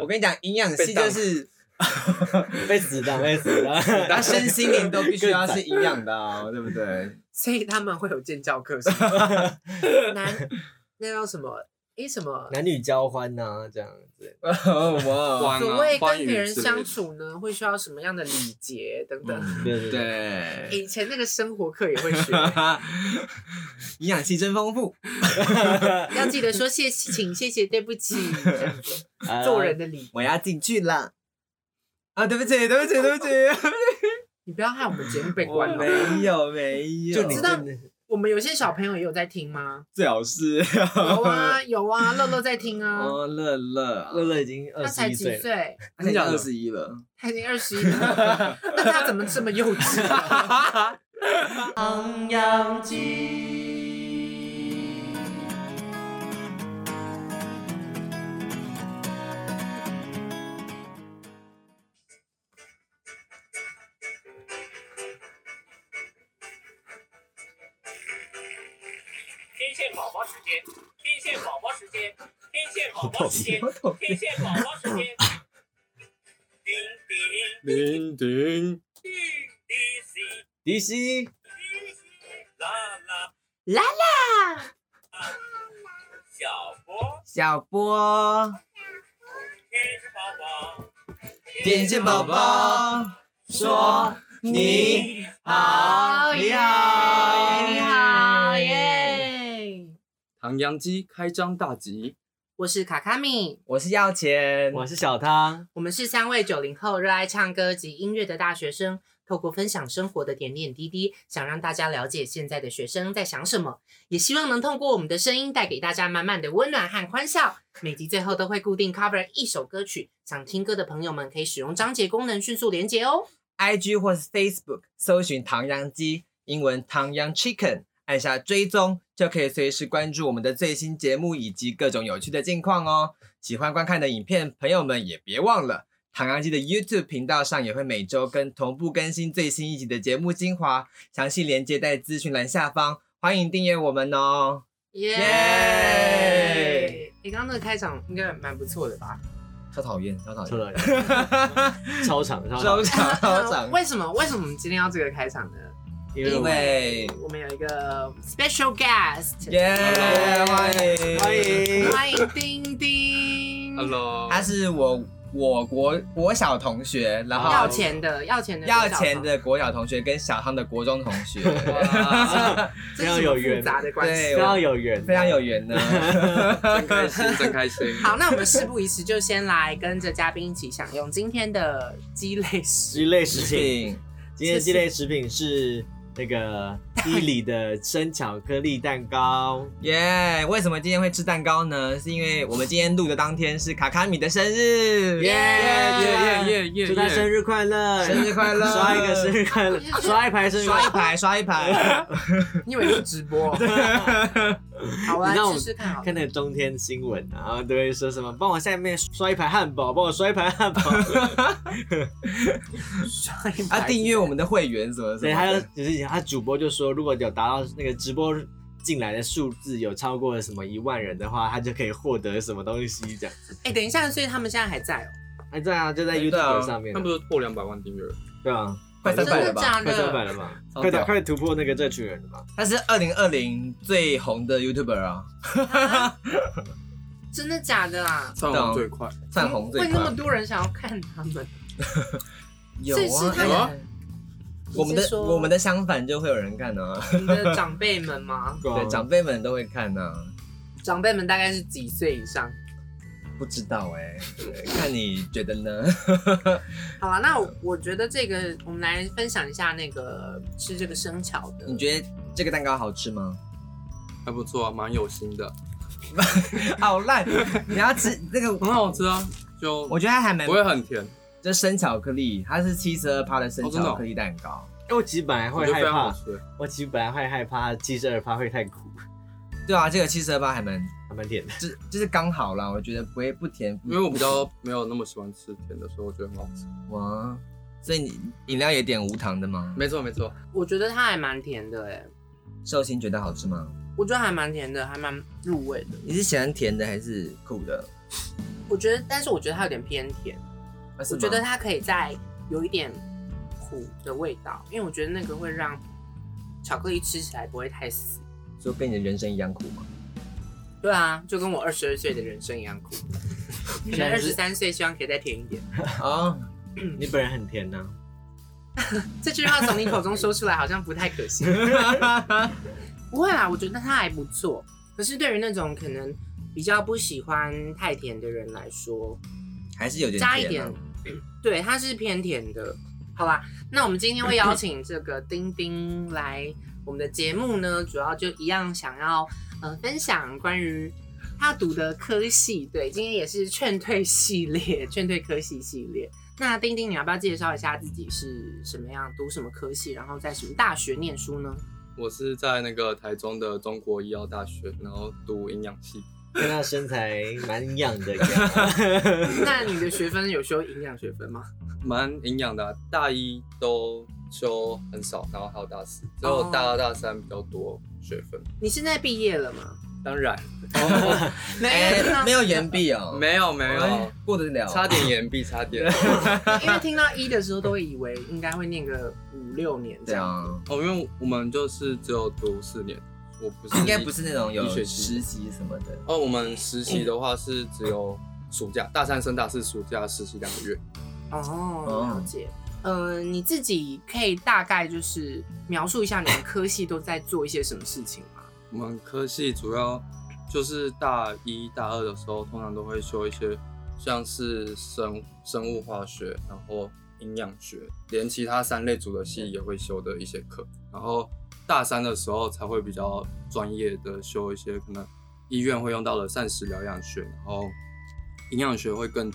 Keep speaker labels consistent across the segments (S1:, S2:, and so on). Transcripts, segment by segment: S1: 我跟你讲，营养系就是
S2: 被死当，被 死当。
S1: 他身心灵都必须要是营养的、 哦，对不对？
S3: 所以他们会有建教课， 男那叫什么？诶，什么？
S2: 男女交欢呐、这样子。
S1: 哇，哦
S4: 欢
S3: 所
S4: 啊
S3: 谓
S4: 欢
S3: 跟
S4: 愉
S3: 别人
S4: 之类
S3: 相
S4: 的
S3: 处呢，会需要什么样的礼节等等？
S4: 嗯
S2: 对对对，
S1: 对，
S3: 以前那个生活课也 会学，
S1: 营养系真丰富。
S3: 要记得说谢谢，请谢谢，对不起，这样子
S2: 啊
S3: 做人的礼。
S1: 我要进去了。啊，对不起，对不起，对不起，
S3: 你不要害我们节目被
S1: 我
S3: 关了。
S1: 没 有没有，
S2: 就你
S3: 知道
S2: 真的
S3: 我们有些小朋友也有在听吗？
S1: 最好是
S3: 有啊，有啊，乐乐在听啊，
S1: 哦，乐
S2: 乐
S1: 乐，
S2: 乐已经二
S3: 他才
S2: 十一
S3: 几
S2: 岁了，
S3: 岁，
S1: 他讲二十一了，
S3: 他已经二十一了， 那他怎么这么幼稚啊？
S2: 《阳鸡》。
S5: 天线宝宝时间，天线宝宝时间，天线宝宝时间，天线宝宝时间。叮叮
S4: 叮叮，
S5: 叮滴滴
S2: 迪西，
S5: 啦啦
S3: 啦啦，
S5: 小波，
S1: 小波，
S5: 天线宝宝，
S1: 点线宝宝说你好，
S3: 耶
S1: 你好，
S3: 你好，耶！
S4: 唐扬鸡开张大吉，
S3: 我是卡卡米，
S1: 我是要钱，
S2: 我是小汤，
S3: 我们是三位九零后热爱唱歌及音乐的大学生，透过分享生活的点点滴滴，想让大家了解现在的学生在想什么，也希望能透过我们的声音带给大家满满的温暖和欢笑。每集最后都会固定 cover 一首歌曲，想听歌的朋友们可以使用章节功能迅速连接哦。
S1: IG 或是 Facebook 搜寻“唐扬鸡”，英文“唐扬 Chicken”，按下追踪就可以随时关注我们的最新节目以及各种有趣的近况哦。喜欢观看的影片，朋友们也别忘了唐扬鸡的 YouTube 频道上也会每周跟同步更新最新一集的节目精华，详细连接在资讯栏下方，欢迎订阅我们哦。
S3: 耶、
S1: 耶
S3: 你刚刚那个开场应该蛮不错的吧？
S1: 超讨厌，超讨
S2: 超
S1: 厌，
S2: 长， 超长，超
S1: 收
S2: 长，
S1: 场，收 场，
S3: 为什么？为什么我们今天要这个开场呢？
S2: 因
S1: 因为
S3: 我们有一个 special guest，
S1: 耶，欢迎，
S2: 欢。迎
S3: 欢迎丁丁。
S4: ，Hello，
S1: 他是我我国国小同学，然后
S3: 要钱的，要钱的，
S1: 要钱，的国小同学跟小汤的国中同学，
S3: 这是
S2: 非常
S3: 什
S2: 有
S3: 么
S2: 缘
S3: 复杂的关系
S1: 对
S2: 非。常有缘，
S1: 非常有缘呢。
S4: 真开心，真开心。
S3: 好，那我们事不宜迟，就先来跟着嘉宾一起享用今天的鸡肋食。
S2: 鸡肋食品。
S1: 请
S2: 今天的鸡肋食品是那个伊里的生巧克力蛋糕，
S1: 耶！为什么今天会吃蛋糕呢？是因为我们今天录的当天是卡卡米的生日，
S2: 耶
S4: 耶耶耶耶！
S2: 祝他生日快乐，
S1: 生日快乐
S2: 刷一个生 日快乐，刷一排生日快
S1: 刷一
S2: 乐。
S1: 排，刷一排。
S3: 你以为是直播？ 好，我来
S2: 你让我
S3: 试试看好了。
S2: 看那个中天新闻啊，然后都会说什么，帮我下面刷一排汉堡，帮我刷一排汉堡，
S3: 刷一
S1: 啊，
S3: 排
S1: 订阅我们的会员什么什
S2: 对，
S1: 么
S2: 还有
S1: 的。
S2: 就是他主播就说，如果有达到那个直播进来的数字有超过什么一万人的话，他就可以获得什么东西这样。
S3: 哎，等一下，所以他们现在还在哦？
S2: 哎，对啊，就在
S1: 对啊
S2: YouTube 上面
S4: 那
S2: 啊，
S4: 不是破两百万订阅了？
S2: 对啊，
S1: 快三
S3: 真
S1: 百
S3: 的
S1: 了吧？
S3: 假
S2: 快三百
S3: 的？
S2: 了吧？
S1: 超
S2: 快
S1: 屌
S2: 点，快点突破那个这群人了吧？
S1: 他是二零二零最红的 YouTuber 啊，
S3: 啊真的假的啊？
S4: 算我最快，
S1: 算红最
S3: 会那
S1: 快
S3: 么。多人想要看他们？
S1: 有
S3: 所以是
S1: 啊，
S3: 他
S1: 有啊
S3: 们
S1: 我们
S3: 你是
S1: 的
S3: 说
S1: 我们的相反就会有人看啊，
S3: 你的长辈们吗？
S2: 啊
S4: 嗯
S1: 对，长辈们都会看啊。
S3: 长辈们大概是几岁以上？
S1: 不知道 哎、对看你觉得呢？
S3: 好了，那我我觉得这个我们来分享一下那个吃这个生巧的。
S1: 你觉得这个蛋糕好吃吗？
S4: 还不错啊，蛮有心的，
S1: 好烂！你要 吃这个，
S4: 很好吃啊，就
S1: 我觉得它还蛮
S4: 不，会很甜，
S1: 就生巧克力，它是七十二趴的生
S4: 哦真的哦
S1: 巧克力蛋糕。
S2: 哎因为我其实本来
S4: 我
S2: 会
S4: 觉得
S2: 害
S4: 非常好
S2: 怕，
S4: 吃。
S2: 我其实本来会害怕七十二趴会太苦，
S1: 对啊，这个七十二趴还蛮，
S2: 还蛮甜的。
S1: 就就是刚好啦，我觉得不会不甜不
S4: 因为我比较没有那么喜欢吃甜的，所以我觉得很好吃。
S1: 哇。所以你饮料也点无糖的吗？
S4: 没错没错，
S3: 我觉得它还蛮甜的哎、
S1: 寿星觉得好吃吗？
S3: 我觉得还蛮甜的，还蛮入味的。
S1: 你是喜欢甜的还是苦的？
S3: 我我觉得，但是我觉得它有点偏甜，
S1: 啊是
S3: 我
S1: 吗
S3: 觉得它可以再有一点苦的味道，因为我觉得那个会让巧克力吃起来不会太死。
S1: 就跟你的人生一样苦 嘛。
S3: 对啊，就跟我二十二岁的人生一样 苦。可能二十三岁，希望可以再甜一点。
S1: 哦，
S4: 嗯
S2: 你本人很甜呐、
S3: 这句话从你口中说出来，好像不太可行。 不会啦，我觉得它还不错。可是对于那种可能比较不喜欢太甜的人来说，
S1: 还是有点
S3: 加一
S1: 甜啊
S3: 点，对，它是偏甜的。好吧，那我们今天 会邀请这个丁丁来我们的节目呢，主要就一样想要呃分享关于他读的科系，对，今天也是劝退系列，劝退科系系列。那丁丁，你要不要介绍一下自己是什么样，读什么科系，然后在什么大学念书 呢？
S4: 我是在那个台中的中国医药大学，然后读营养系，
S2: 看他身材蛮养的，
S3: 那你的学分有修营养学分吗？
S4: 蛮营养的啊、大一都修很少，然后还有大四，只有
S3: 哦
S4: 大二大三比较多哦学分。
S3: 你现在毕业了吗？
S4: 当然
S1: 哎、 没
S3: 有，
S1: 有岩壁哦，
S4: 没有没有
S1: 哎，过得了，
S4: 差点延毕，差 点。
S3: 因为听到一的时候都会以为应该会念个五六年这
S1: 对
S3: 样。
S1: 啊，
S4: 哦，因为我们就是只有读四年，我不是
S1: 应该不是那种有
S4: 一学期
S1: 实习什么的。
S4: 哦，我们实习的话是只有暑假，大三升大四暑假实习两个月。
S3: 哦，了解。呃，你自己可以大概就是描述一下你们科系都在做一些什么事情吗？
S4: 我们科系主要就是大一大二的时候，通常都会修一些像是生生物化学，然后营养学，连其他三类组的系也会修的一些课。然后大三的时候才会比较专业的修一些可能医院会用到的膳食疗养学，然后营养学会更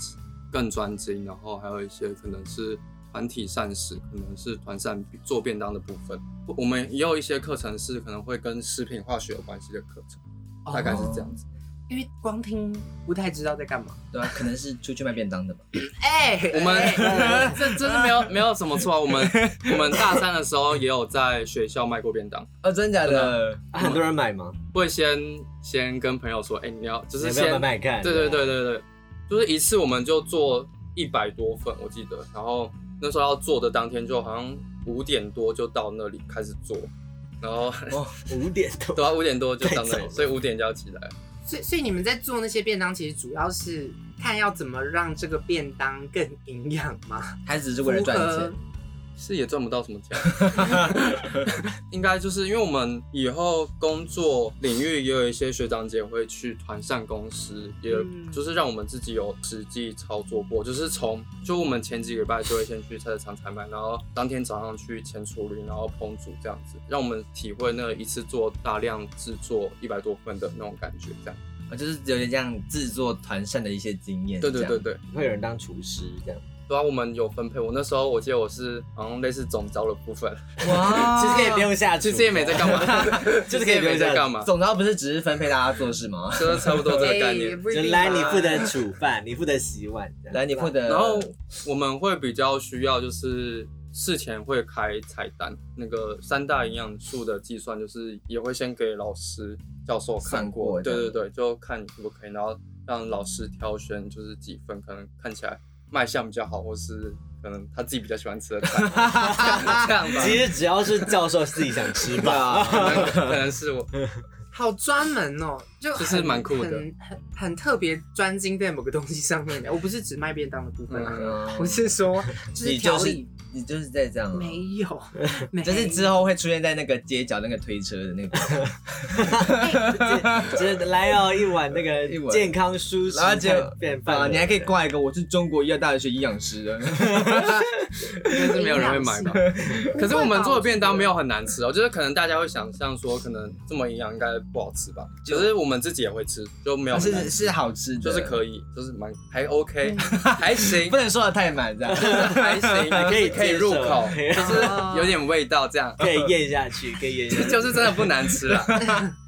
S4: 更专精，然后还有一些可能是团体膳食，可能是团膳做便当的部分。我们也有一些课程是可能会跟食品化学有关系的课程，大概是这样子。
S3: 因为光听不太知道在干嘛。
S1: 对啊，可能是出去卖便当的吧。
S3: 哎、
S4: 我们
S3: 哎
S4: 这真的没有没有什么错啊。我们 我们大三的时候也有在学校卖过便当，
S1: 哦，真假的？
S2: 啊 很多人买吗？
S4: 会先先跟朋友说，哎、你要就是
S2: 要不要
S4: 先
S2: 买买看？
S4: 对对对对对，就是一次我们就做一百多份，我记得。然后那时候要做的当天就好像五点多就到那里开始做，然后
S2: 五点多
S4: 对啊五点多就到那
S2: 太早
S4: 里，
S2: 了
S4: 所以五点就要起来。
S3: 所以所以你们在做那些便当，其实主要是看要怎么让这个便当更营养吗？
S1: 还只是为了赚钱
S3: 符合？
S4: 是也赚不到什么钱， 应该就是因为我们以后工作领域也有一些学长姐会去团膳公司，也
S3: 嗯
S4: 就是让我们自己有实际操作过，就是从就我们前几个礼拜就会先去菜市场采买，然后当天早上去前处理，然后烹煮这样子，让我们体会那一次做大量制作一百多份的那种感觉，这样。
S1: 啊，就是有点这样制作团扇的一些经验。
S4: 对对
S1: 这
S4: 对
S1: 样，
S4: 对，
S2: 会有人当厨师这样。
S4: 对啊，我们有分配，我那时候我记得我是好像类似总招的部分，
S1: 哇，
S2: 其实也不用下厨，
S4: 啊其实也没在干 嘛，
S2: 啊就是可以
S4: 也
S2: 不用
S4: 没
S2: 这样
S4: 在干嘛。
S1: 总招不是只是分配大家做事 吗？
S4: 就是差不多 这个概
S3: 哎也
S4: 念。
S3: 不一
S2: 就
S3: 定
S2: 来
S3: 吧
S2: 你负 责煮饭，你负责洗碗这样。
S1: 来，你获得，
S4: 然后我们会比较需要，就是事前会开菜单，那个三大营养素的计算，就是也会先给老师、教授看过。
S1: 算过这
S4: 对
S1: 样
S4: 对对，就看你可不可以，然后让老师挑选，就是几份可能看起来卖相比较好，或是可能他自己比较喜欢吃的菜， 这样吧。
S2: 其实只要是教授自己想吃吧，
S4: 可能是我，
S3: 好专门哦，就
S4: 就是
S3: 很
S4: 蛮酷的
S3: 很很很特别专精在某个东西上面的。我不是只卖便当的部分啊，
S1: 嗯
S3: 我是说就是
S1: 你
S3: 调
S1: 就是
S3: 理。
S1: 你就是在这样啊，
S3: 没有，没有
S1: 就是之后会出现在那个街角那个推车的那个，
S2: 就是来哦一碗那个
S1: 啊 一碗
S2: 健康舒适
S1: 然后结果
S2: 便饭
S1: 啊，
S2: 了，
S1: 你还可以挂一个我是中国医药大学营养师的，
S4: 应该是没有人会买吧。可是我们做的便当没有很难吃哦，就是可能大家会想象说，可能这么营养应该不好吃吧？可是我们自己也会吃，就没有
S2: 啊
S4: 很难
S1: 是
S4: 吃
S1: 是好吃的，
S4: 哦就是可以，就是蛮还 OK，还行
S1: 不，能说的太满这样。
S4: 还行，
S2: 可以
S4: 可以入口，
S2: 接受 啊
S4: 就是有点味道 这样，
S2: 可以咽下去，可以咽 下去。
S4: 就是真的不难吃 啦。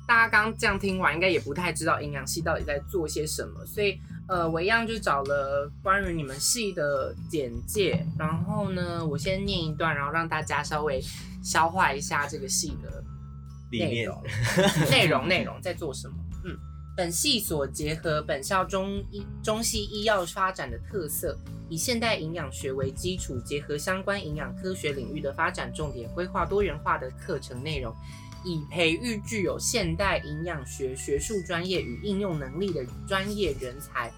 S3: 大家刚刚这样听完，应该也不太知道营养系到底在做些什么，所以呃，我一样就找了关于你们系的简介，然后呢，我先念一段，然后让大家稍微消化一下这个系的
S2: 理
S3: 内
S2: 念
S3: 容内容内容在做什么。嗯，本系所结合本校中医中西医药发展的特色，以现代营养学为基础，结合相关营养科学领域的发展重点，规划多元化的课程内容，以培育具有现代营养学学术专业与应用能力的专业人才。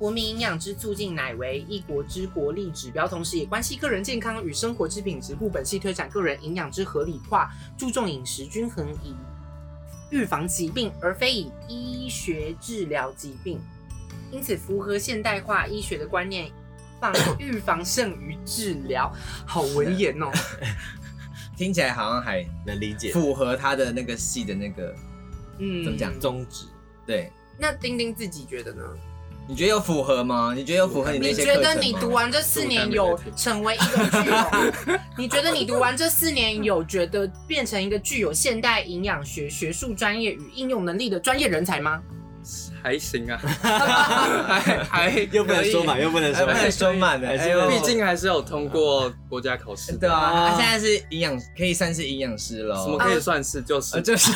S3: 国民营养之促进乃为一国之国力指标，同时也关系个人健康与生活之品质。故本系推展个人营养之合理化，注重饮食均衡，以预防疾病，而非以医学治疗疾病。因此，符合现代化医学的观念，放预防胜于治疗。好文言哦，
S1: 听起来好像还
S2: 能理解
S1: 符合他的那个戏的那个，
S3: 嗯，
S1: 怎么讲
S2: 宗旨。
S1: 对，
S3: 那丁丁自己觉得呢？
S1: 你觉得有符合吗？你觉得有符合你那
S3: 你
S1: 些
S3: 觉
S1: 课程吗？
S3: 得你读完这四年有成为一个具有？你觉得你读完这四年有觉得变成一个具有现代营养学学术专业与应用能力的专业人才吗？
S4: 还 行啊，
S1: 还还
S2: 又不能说满，
S1: 满，
S2: 又不能
S1: 还
S2: 说
S1: 不能，说满
S2: 满
S1: 的，
S2: 还是
S1: 哎呦
S4: 毕竟还是有通过国家考试的，
S1: 对啊，
S2: 啊
S1: 他现在是营养，可以算是营养师了。
S4: 什么可以算是就是
S1: 呃，就是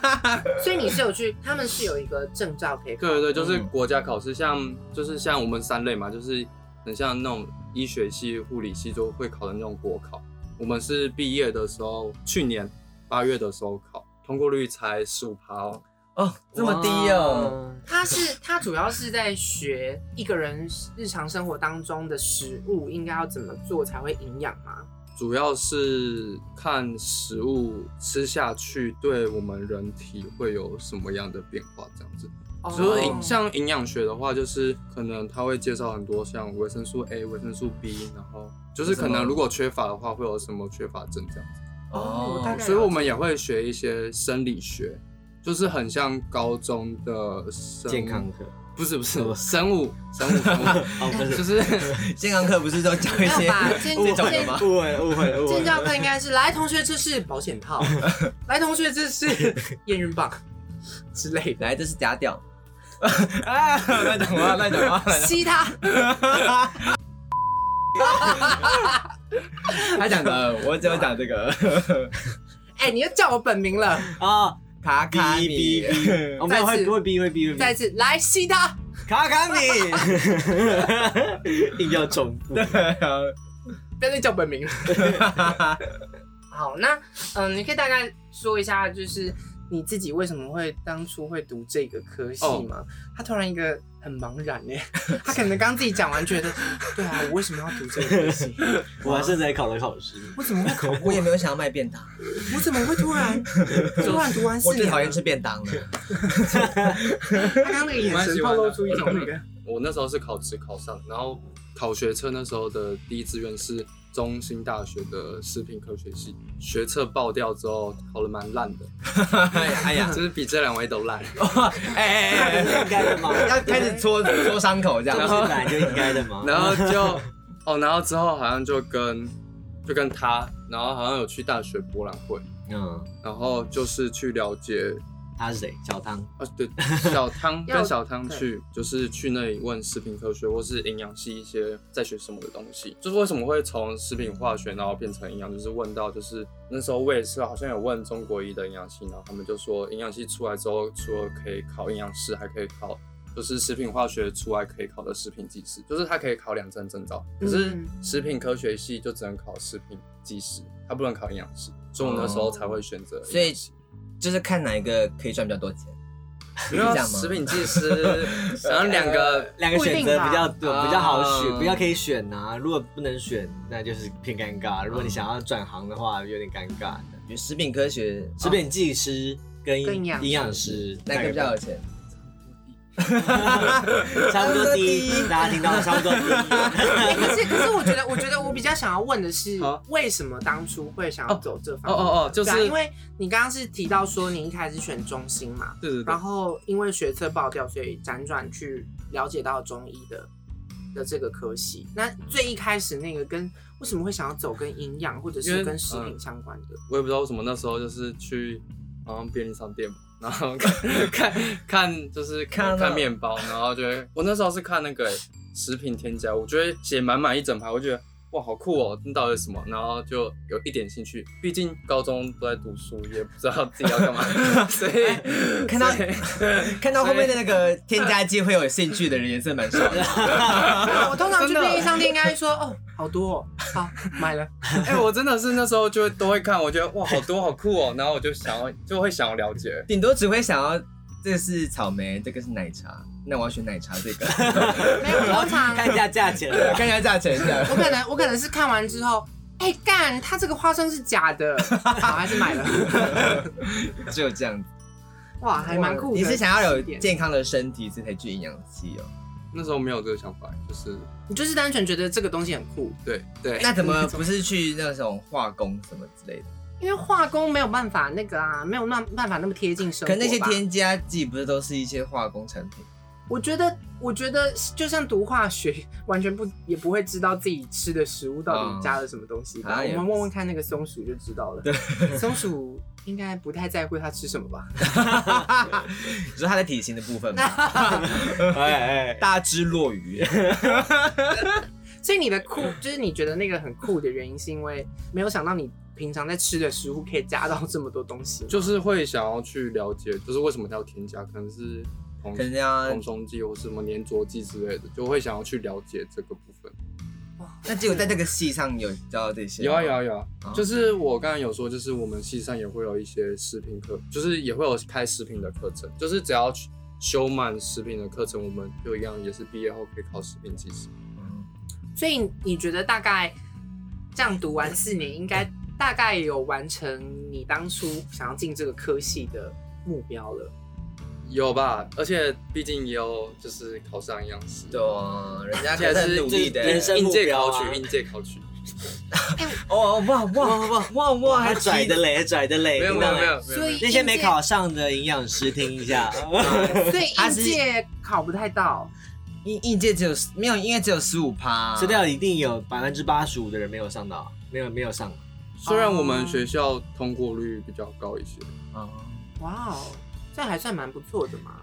S3: 所以你是有去，他们是有一个证照可以考
S4: 对对，就是国家考试，像就是像我们三类嘛，就是很像那种医学系、护理系就会考的那种国考。我们是毕业的时候，去年八月的时候考，通过率才十五趴哦。
S1: 哦，这么低哦。
S3: 他是他主要是在学一个人日常生活当中的食物应该要怎么做才会营养吗？
S4: 主要是看食物吃下去对我们人体会有什么样的变化，这样子。
S3: 哦
S4: 所以像营养学的话，就是可能他会介绍很多像维生素 A、维生素 B，然后就是可能如果缺乏的话会有什么缺乏症这样子。
S3: 哦
S1: 啊
S3: 我大概了解
S4: 所以我们也会学一些生理学，就是很像高中的
S2: 哦
S4: 生
S2: 健康，课
S4: 不是不是
S2: 什么
S4: 生物生物生物，
S2: 哦，不
S4: 就是是
S1: 健康课不是都教一
S3: 没
S1: 些
S3: 有吧 健
S1: 这种的
S3: 健
S1: 吗？
S2: 误会误会误
S3: 建
S2: 会，
S3: 教课应该是来同学，这是保险 套；来同学，这是验孕棒之类的。
S1: 来，这是假屌。啊，乱讲话，乱讲话，乱讲
S3: 吸它，
S1: 话。他讲的，我只有讲这个
S3: 哎、你又叫我本名了。
S2: 啊，
S1: 卡卡米
S2: 哔。哔我们
S3: 再
S2: 会
S3: 次
S2: 会逼会逼会
S3: 再
S2: 逼，
S3: 次来吸它，
S2: 卡卡米， 硬要重 复，
S3: 不要再叫本名了。 好，那嗯、你可以大概说一下，就是你自己为什么会当初会读这个科系吗他突然一个很茫然耶， 他可能刚自己讲完，觉得对啊，我为什么要读这 个科系？
S2: 我还甚至还考了考试，
S3: 我怎么会考
S1: 我
S3: 过
S1: 也？没有想要卖便当，
S3: 我怎么会突然突然读完四
S1: 我
S3: 年
S1: 最
S3: 了？
S1: 讨厌吃便当了。
S3: 他刚刚那个眼神透露出一种那个。
S4: 我那时候是考职考上，然后考学测那时候的第一志愿是中兴大学的食品科学系，学测爆掉之后考的蛮烂的，
S1: 哎呀，
S4: 就是啊比这两位都烂。
S1: 哎哎哎哎，
S2: 应该的嘛，
S1: 要开始搓搓伤口这
S2: 这
S1: 样
S2: 不。是本来就应该的嘛，
S4: 然后就哦，然后之后好像就跟就跟他，然后好像有去大学博览会，
S2: 嗯，
S4: 然后就是去了解
S2: 他是谁？小汤，
S4: 啊，对，小汤
S3: 要
S4: 跟小汤
S3: 对
S4: 去，就是去那里问食品科学或是营养系一些在学什么的东西，就是为什么会从食品化学然后变成营养，就是问到就是那时候我也是好像有问中国医的营养系，然后他们就说营养系出来之后，除了可以考营养师，还可以考。就是食品化学出来可以考的食品技师，就是他可以考两证证照，可是
S3: 嗯
S4: 食品科学系就只能考食品技师，他不能考营养师，所以我那时候才会选择营养系。
S1: 所以就是看哪一个可以赚比较多钱，是
S4: 没
S1: 这
S4: 有
S1: 样吗？
S4: 食品技师， 然后两个
S2: 两个选择比较对
S1: 吧
S2: 比较好
S1: 啊
S2: 选，比较可以选啊。如果不能选，那就是偏尴尬。如果你想要转行的话，有点尴尬的。
S1: 觉得食品科学哦
S2: 食品技师跟
S3: 跟营养师
S2: 营养师
S1: 哪个比较有钱？
S2: 差不多低，大家听到了差不多 低。
S3: 哎可是可是，我觉得，我觉得我比较想要问的是
S4: 好，
S3: 为什么当初会想要走这
S4: 哦
S3: 方面？
S4: 哦哦，就
S3: 对啊
S4: 是
S3: 因为你刚刚是提到说你一开始选中心嘛，
S4: 对对对
S3: 然，后因为学测爆掉，所以辗转去了解到中医的的这个科系。那最一开始那个跟为什么会想要走跟营养或者
S4: 因
S3: 是
S4: 为嗯
S3: 跟食品相关 的？
S4: 我也不知道为什么那时候就是去好像便利商店吧，然后 看看看就是
S1: 看
S4: 看
S1: 到
S4: 看面包，然后觉得我那时候是看那个欸食品添加物，我觉得写满满一整排，我觉得哇，好酷哦，那到底是什么？然后就有一点兴趣，毕竟高中都在读书，也不知道自己要干嘛， 所以
S1: 哎看到
S4: 所以
S1: 看到后面的那个添加剂会有兴趣的人也是蛮少的。
S3: 我通常去
S4: 真的
S3: 便利商店应该说哦，好多哦，好买 了。
S4: 哎、我真的是那时候就会都会看，我觉得哇，好多好酷哦，然后我就想要就会想要了解。
S1: 顶多只会想要这个是草莓，这个是奶茶，那我要选奶茶这个，
S3: 没有，通常
S2: 看一下价钱。
S1: 看一下价钱这样。
S3: 我可能我可能是看完之后，哎、干，它这个花生是假的，好还是买了。
S1: 只有这样子，
S3: 哇，啊还蛮酷的。
S1: 你是想要有
S3: 点，
S1: 健康的身体，所以才去营养系哦。
S4: 那时候没有这个想法，就是
S3: 你就是单纯觉得这个东西很酷，
S4: 对对，
S1: 那怎么不是去那种化工什么之类的？
S3: 因为化工没有办法那个啊，没有那办法那么贴近生活
S1: 可
S3: 吧。
S1: 那些添加剂不是都是一些化工产品？
S3: 我觉得，我觉得就像读化学，完全不也不会知道自己吃的食物到
S1: 嗯
S3: 底加了什么东西吧。
S1: 啊也
S3: 我
S1: 不
S3: 们
S1: 是
S3: 问问看那个松鼠就知道了。 松鼠应该不太在乎它吃什么吧？
S1: 你说它的体型的部分 吗？
S2: 哎哎，
S1: 大只落鱼，
S3: 所以你的酷，就是你觉得那个很酷的原因，是因为没有想到你平常在吃的食物可以加到这么多东西。
S4: 就是会想要去了解，就是为什么要添加，可能是同
S1: 可能 要
S4: 同松剂或是什么粘着剂之类的，就会想要去了解这个部分。
S1: 那结果在这个戏上有教到这些吗？
S4: 有啊有啊有啊，
S1: 啊
S4: 就是我刚刚有说，就是我们系上也会有一些食品课，就是也会有开食品的课程，就是只要去修满食品的课程，我们就一样也是毕业后可以考食品技师。
S1: 嗯
S3: 所以你觉得大概这样读完四年，应该大概有完成你当初想要进这个科系的目标了。
S4: 有吧，而且毕竟也有就是考上央视，
S1: 对啊，人家
S4: 而
S1: 可
S4: 且
S1: 是
S4: 是
S1: 努力的。
S2: 人生
S4: 应届考
S2: 目标啊
S4: 取，应届 考取，
S1: 哦哇哇哇哇哇，
S2: 还拽的嘞，还拽的嘞，
S4: 没有
S2: 听
S4: 没
S2: 到
S4: 有
S2: 没
S4: 没有没有
S3: 所以
S2: 那些没考上的营养师听一下，
S3: 应届，所以
S1: 他
S3: 应
S1: 是
S3: 届考不太到。
S1: 应应届只有没有，应该只有十五
S3: 啊
S1: 趴。
S2: 吃掉一定有百分之八十五的人没有上到，没有没有上。
S4: 虽然我们学校通过率比较高一些，
S1: 哦
S3: 哇哦，这样还算蛮不错的嘛。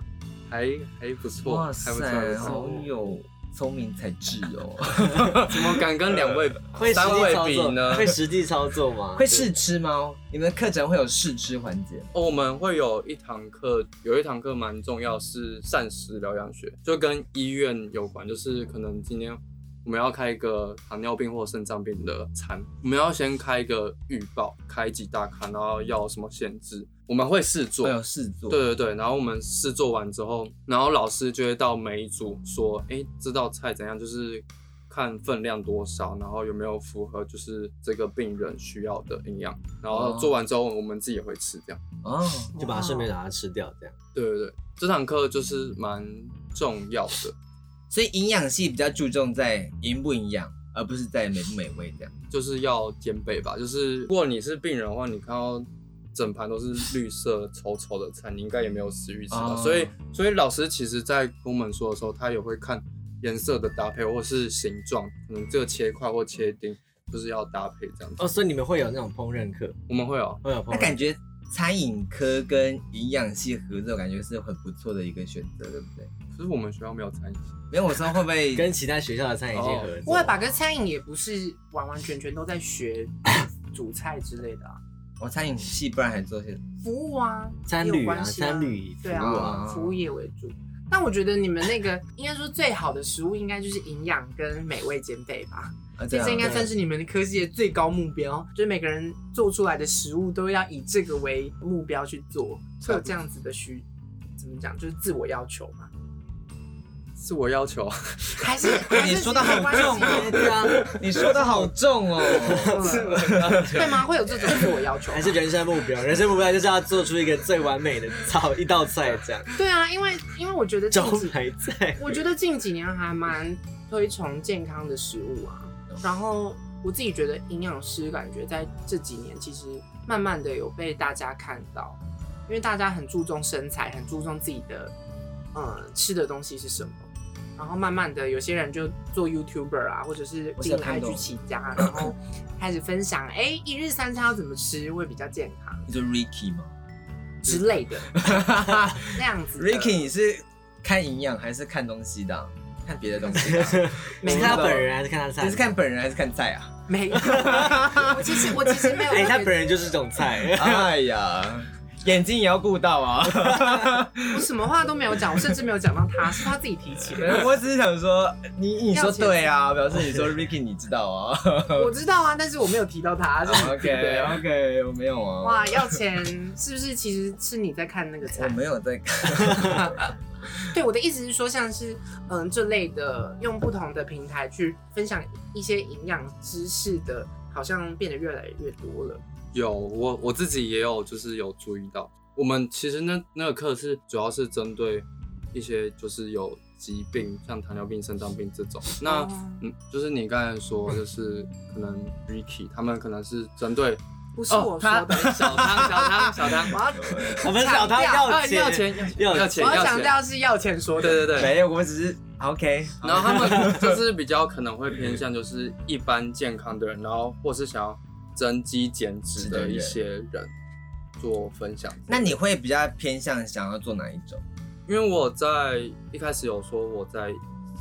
S4: 还还不错，
S1: 哇
S4: 还不错
S1: 塞
S4: 还不，
S1: 好
S4: 错，
S1: 有聪明才智哦，
S4: 怎么敢跟两位
S2: 会实
S4: 三
S2: 际
S4: 位
S2: 操
S4: 比
S2: 作？
S4: 呢？
S2: 会实际操作吗？
S1: 会试吃吗？你们课程会有试吃环节吗？
S4: 哦，我们会有一堂课，有一堂课蛮重要，是膳食疗养学，就跟医院有关，就是可能今天我们要开一个糖尿病或肾脏病的餐，我们要先开一个预报，开几大卡，然后要什么限制，我们会试做
S1: 会。有试做。
S4: 对对对，然后我们试做完之后，然后老师就会到每一组说，哎，这道菜怎样，就是看分量多少，然后有没有符合就是这个病人需要的营养，然后做完之后我们自己也会吃这样。
S1: 哦，
S2: 就把它顺便把它吃掉，这样。
S4: 对对对，这堂课就是蛮重要的，
S1: 所以营养系比较注重在营不营养，而不是在美不美味这样。
S4: 就是要兼备吧。就是如果你是病人的话，你看到整盘都是绿色丑丑的菜，你应该也没有食欲吃吧。
S1: 哦
S4: 所以，所以老师其实在跟我们说的时候，他也会看颜色的搭配，或是形状，可能这个切块或切丁就是要搭配这样子。
S2: 哦，所以你们会有那种烹饪课，
S4: 我们会哦有
S2: 会有烹
S1: 那
S2: 饪
S1: 感觉餐饮科跟营养系合作，感觉是很不错的一个选择，对不对？
S4: 可是我们学校没有餐饮系，
S1: 没有，我说会不会
S2: 跟其他学校的餐饮结合
S4: 哦
S2: 作。
S3: 不会吧？跟餐饮也不是完完全全都在学煮菜之类的啊，
S1: 我餐饮系，不然还做些
S3: 服务啊，
S2: 餐
S3: 也有
S2: 旅啊，
S3: 关系
S2: 餐旅服
S3: 对
S2: 务啊，
S3: 啊，服务业为主。但我觉得你们那个应该说最好的食物，应该就是营养跟美味兼备吧。
S1: 啊？
S3: 这
S1: 对啊
S3: 应该算是你们科技的最高目标，就是每个人做出来的食物都要以这个为目标去做，会有这样子的需，怎么讲，就是自我要求嘛。
S4: 是我要求，哦
S3: 还 是还
S1: 你
S3: 是
S1: 说得好重
S3: 关系
S2: 对啊，
S1: 你说的好重 哦。
S3: 对吗？会有这种自我要求吗？
S2: 还是人生目 标，人生目标就是要做出一个最完美的炒一道菜，这样
S3: 对啊，因为因为我觉得近
S2: 招
S3: 几，
S2: 牌菜。
S3: 我觉得近几年还蛮推崇健康的食物啊。然后我自己觉得营养师感觉在这几年其实慢慢的有被大家看到，因为大家很注重身材，很注重自己的呃吃的东西是什么。然后慢慢的，有些人就做 YouTuber 啊，或者是
S1: 我
S3: 经
S1: 想
S3: 营
S1: 看懂
S3: IG 起家，然后开始分享，哎，一日三餐要怎么吃会比较健康
S1: 你说 Ricky 吗
S3: 之类的，那样子的。
S1: ？Ricky，你是看营养还是看东西的啊？看别的东西吧。
S2: 你是看他本人还是看他菜？
S1: 你是看本人还是看菜啊？
S3: 没有，我其实我其实没有
S2: 哎、
S3: 特
S2: 他
S3: 别
S2: 本人就是这种菜。
S1: 哎呀，眼睛也要顾到啊！
S3: 我什么话都没有讲，我甚至没有讲到他，是他自己提起的。
S1: 我只是想说，你你说对啊，表示你说 Ricky 你知道啊。
S3: 我知道啊，但是我没有提到他。是你
S1: 哦 OK OK，我没有啊。
S3: 哇，要钱是不是？其实是你在看那个
S1: 我
S3: 菜。
S1: 没有在看，
S3: 对，我的意思是说，像是嗯这类的，用不同的平台去分享一些营养知识的，好像变得越来越多了。
S4: 有我我自己也有，就是有注意到，我们其实那那个课是主要是针对一些就是有疾病，像糖尿病、肾脏病这种。那
S3: 哦
S4: 嗯，就是你刚才说，就是可能 Ricky 他们可能是针对
S3: 不是我说
S4: 哦他
S3: 的，
S4: 小汤小汤小汤，
S3: 我要呃
S2: 我们找他
S4: 啊
S2: 要
S4: 要
S2: 钱，
S4: 钱
S2: 要
S4: 要
S2: 钱
S4: 钱
S3: 我要
S4: 要
S3: 强
S4: 钱，
S3: 调是要钱说的。
S4: 对对对。
S1: 没有，我们只是 OK。
S4: 然后他们就是比较可能会偏向就是一般健康的人，然后或是想要增肌减脂的一些人做分享。
S1: 那你会比较偏向想要做哪一种？
S4: 因为我在一开始有说我在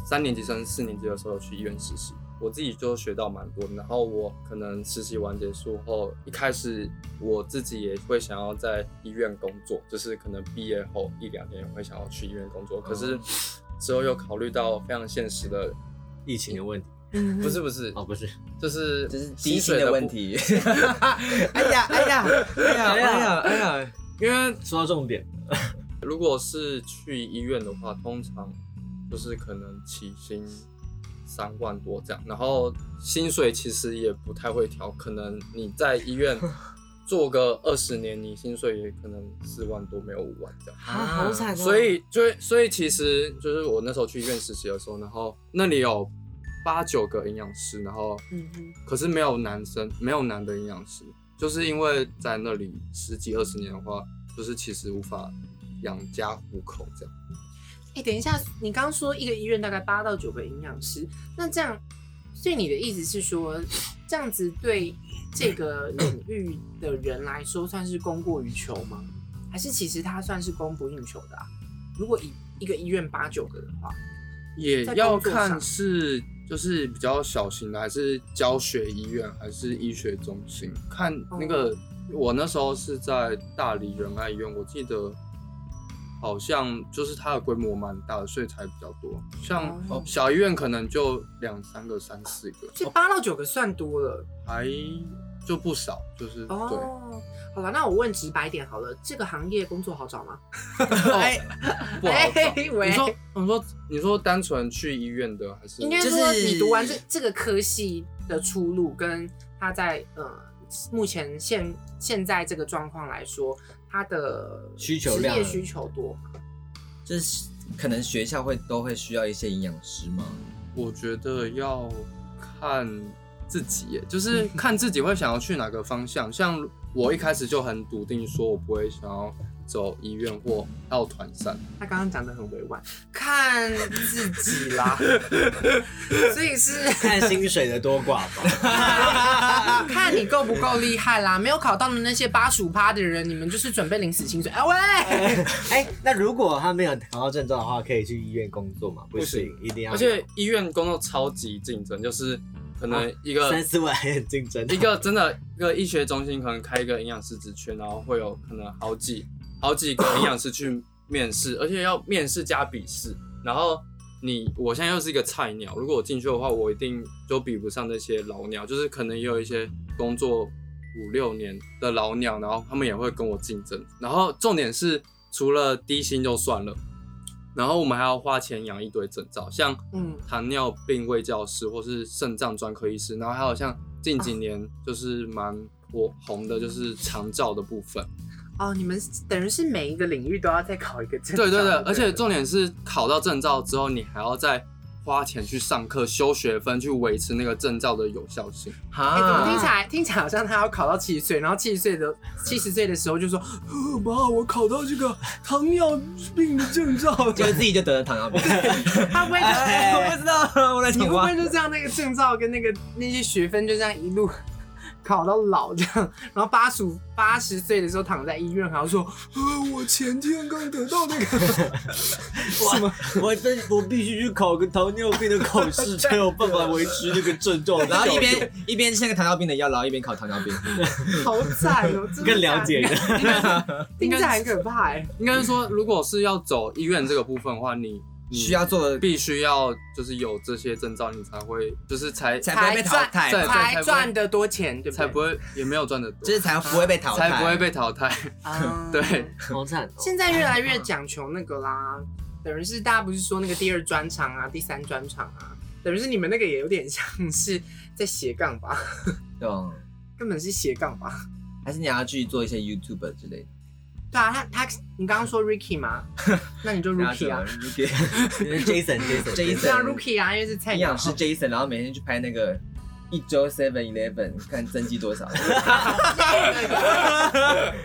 S4: 三年级升四年级的时候有去医院实习，我自己就学到蛮多的。然后我可能实习完结束后，一开始我自己也会想要在医院工作，就是可能毕业后一两年会想要去医院工
S1: 哦
S4: 作。可是之后又考虑到非常现实的，
S2: 疫情的问题
S3: 嗯
S4: 不是不是，
S2: 哦，不是，
S4: 就是
S1: 这是低薪
S4: 薪水
S1: 的
S4: 部
S1: 问。题。 哎 呀哎呀哎呀哎呀哎呀！
S4: 因为
S2: 说到重点，
S4: 如果是去医院的话，通常就是可能起薪三万多这样，然后薪水其实也不太会调，可能你在 医院做个二十年，你薪水也可能四万多，没有五万这样。
S2: 啊，好惨哦
S4: 所以，所以，所以其实就是我那时候去医院实习的时候，然后那里有八九个营养师，然后
S3: 嗯哼
S4: 可是没有男生，没有男的营养师，就是因为在那里十几二十年的话，就是其实无法养家糊口这样。
S3: 哎、等一下，你刚刚说一个医院大概八到九个营养师，那这样，所以你的意思是说，这样子对这个领域的人来说算是供过于求吗？还是其实它算是供不应求的啊？如果以一个医院八九个的话，
S4: 也
S3: 在
S4: 要
S3: 工作上
S4: 看是就是比较小型的，还是教学医院，还是医学中心。看那个，
S3: 哦
S4: 我那时候是在大理仁爱医院，我记得好像就是它的规模蛮大的，所以才比较多。像
S3: 哦
S4: 小医院可能就两三个、三四个，
S3: 所以八到九个算多了
S4: 还就不少，就是对。
S3: 哦。好了，那我问直白点好了，这个行业工作好找吗？
S4: 哎，不好找。
S3: 哎喂
S4: 你说，你说，你说，单纯去医院的还是？
S3: 应该
S1: 就是
S3: 说你读完这这个科系的出路，跟他在呃目前现现在这个状况来说，他的
S2: 需求
S3: 职
S2: 量
S3: 业需求多吗？
S1: 就是可能学校会都会需要一些营养师嘛。
S4: 我觉得要看自己耶，就是
S3: 嗯
S4: 看自己会想要去哪个方向。像我一开始就很笃定，说我不会想要走医院或到团膳。
S3: 他刚刚讲的很委婉，看自己啦，所以是。
S2: 看薪水的多寡吧。
S3: 看你够不够厉害啦！没有考到的那些八十五趴的人，你们就是准备领死薪水。哎、喂，
S2: 哎、那如果他没有考到证照的话，可以去医院工作吗？不
S4: 行
S2: 行，一定要有。
S4: 而且医院工作超级竞争，就是可能一 个、
S2: 三四万还很竞争。
S4: 一个真的一个医学中心可能开一个营养师职缺，然后会有可能好几好几个营养师去面试，而且要面试加笔试。然后你我现在又是一个菜鸟，如果我进去的话，我一定就比不上那些老鸟，就是可能也有一些工作五六年的老鸟，然后他们也会跟我竞争。然后重点是除了低薪就算了。然后我们还要花钱养一堆证照，像
S3: 嗯
S4: 糖尿病卫教师或是肾脏专科医师，然后还有像近
S1: 啊
S4: 几年就是蛮火红的，就是长照的部分。
S3: 哦，你们等于是每一个领域都要再考一个证照。
S4: 对对对，
S3: 不
S4: 而且重点是考到证照之后，你还要再花钱去上课、修学分，去维持那个证照的有效性。
S3: 哎、怎么听
S1: 哈
S3: 起来听起来好像他要考到七十岁，然后七十岁的七十岁的时候就说，呃妈，我考到这个糖尿病的证照了。
S1: 结果自己就得了糖尿病，
S3: 他会不会
S1: 哎我不知道，我在
S3: 你会
S1: 讲
S3: 不
S1: 话
S3: 会。就这样那个证照跟那个那些学分就这样一路考到老这样， 然后八十五八十岁的时候躺在医院，还要说，呃，我前天刚得到那个什么，
S2: 我真我必须去考个糖尿病的考试，才有办法维持那个症 状。
S1: 然后一边一边吃那个糖尿病的药，然后一边考糖尿病。
S3: 好惨哦，真 的
S2: 更了解人，
S3: 听起来很可怕哎。
S4: 应该是说，如果是要走医院这个部分的话，你你
S1: 需要做的
S4: 必须要就是有这些证照，你才会就是才
S1: 才不会被淘汰
S4: 才对才
S3: 才赚得多钱，对不对？
S4: 才不会也没有赚的多，
S1: 就是才不会被淘汰，
S4: 才不会被淘汰。
S3: 啊
S4: 对
S2: 好惨哦
S3: 现在越来越讲求那个啦，等于是大家不是说那个第二专场啊、第三专场啊，等于是你们那个也有点像是在斜杠吧，
S1: 懂。
S3: 根本是斜杠吧？
S1: 还是你要去做一些 YouTube 之类的？
S3: 对啊，他他你刚刚说 Ricky 吗？ 那你就 Ricky 啊，
S1: ，Rookie，Jason Jason
S3: 对啊
S1: Jason，
S3: Ricky 啊，因为是 菜
S1: 营
S3: 鸟
S1: 养师 Jason，然后每天去拍那个一周 Seven Eleven，看增肌多少。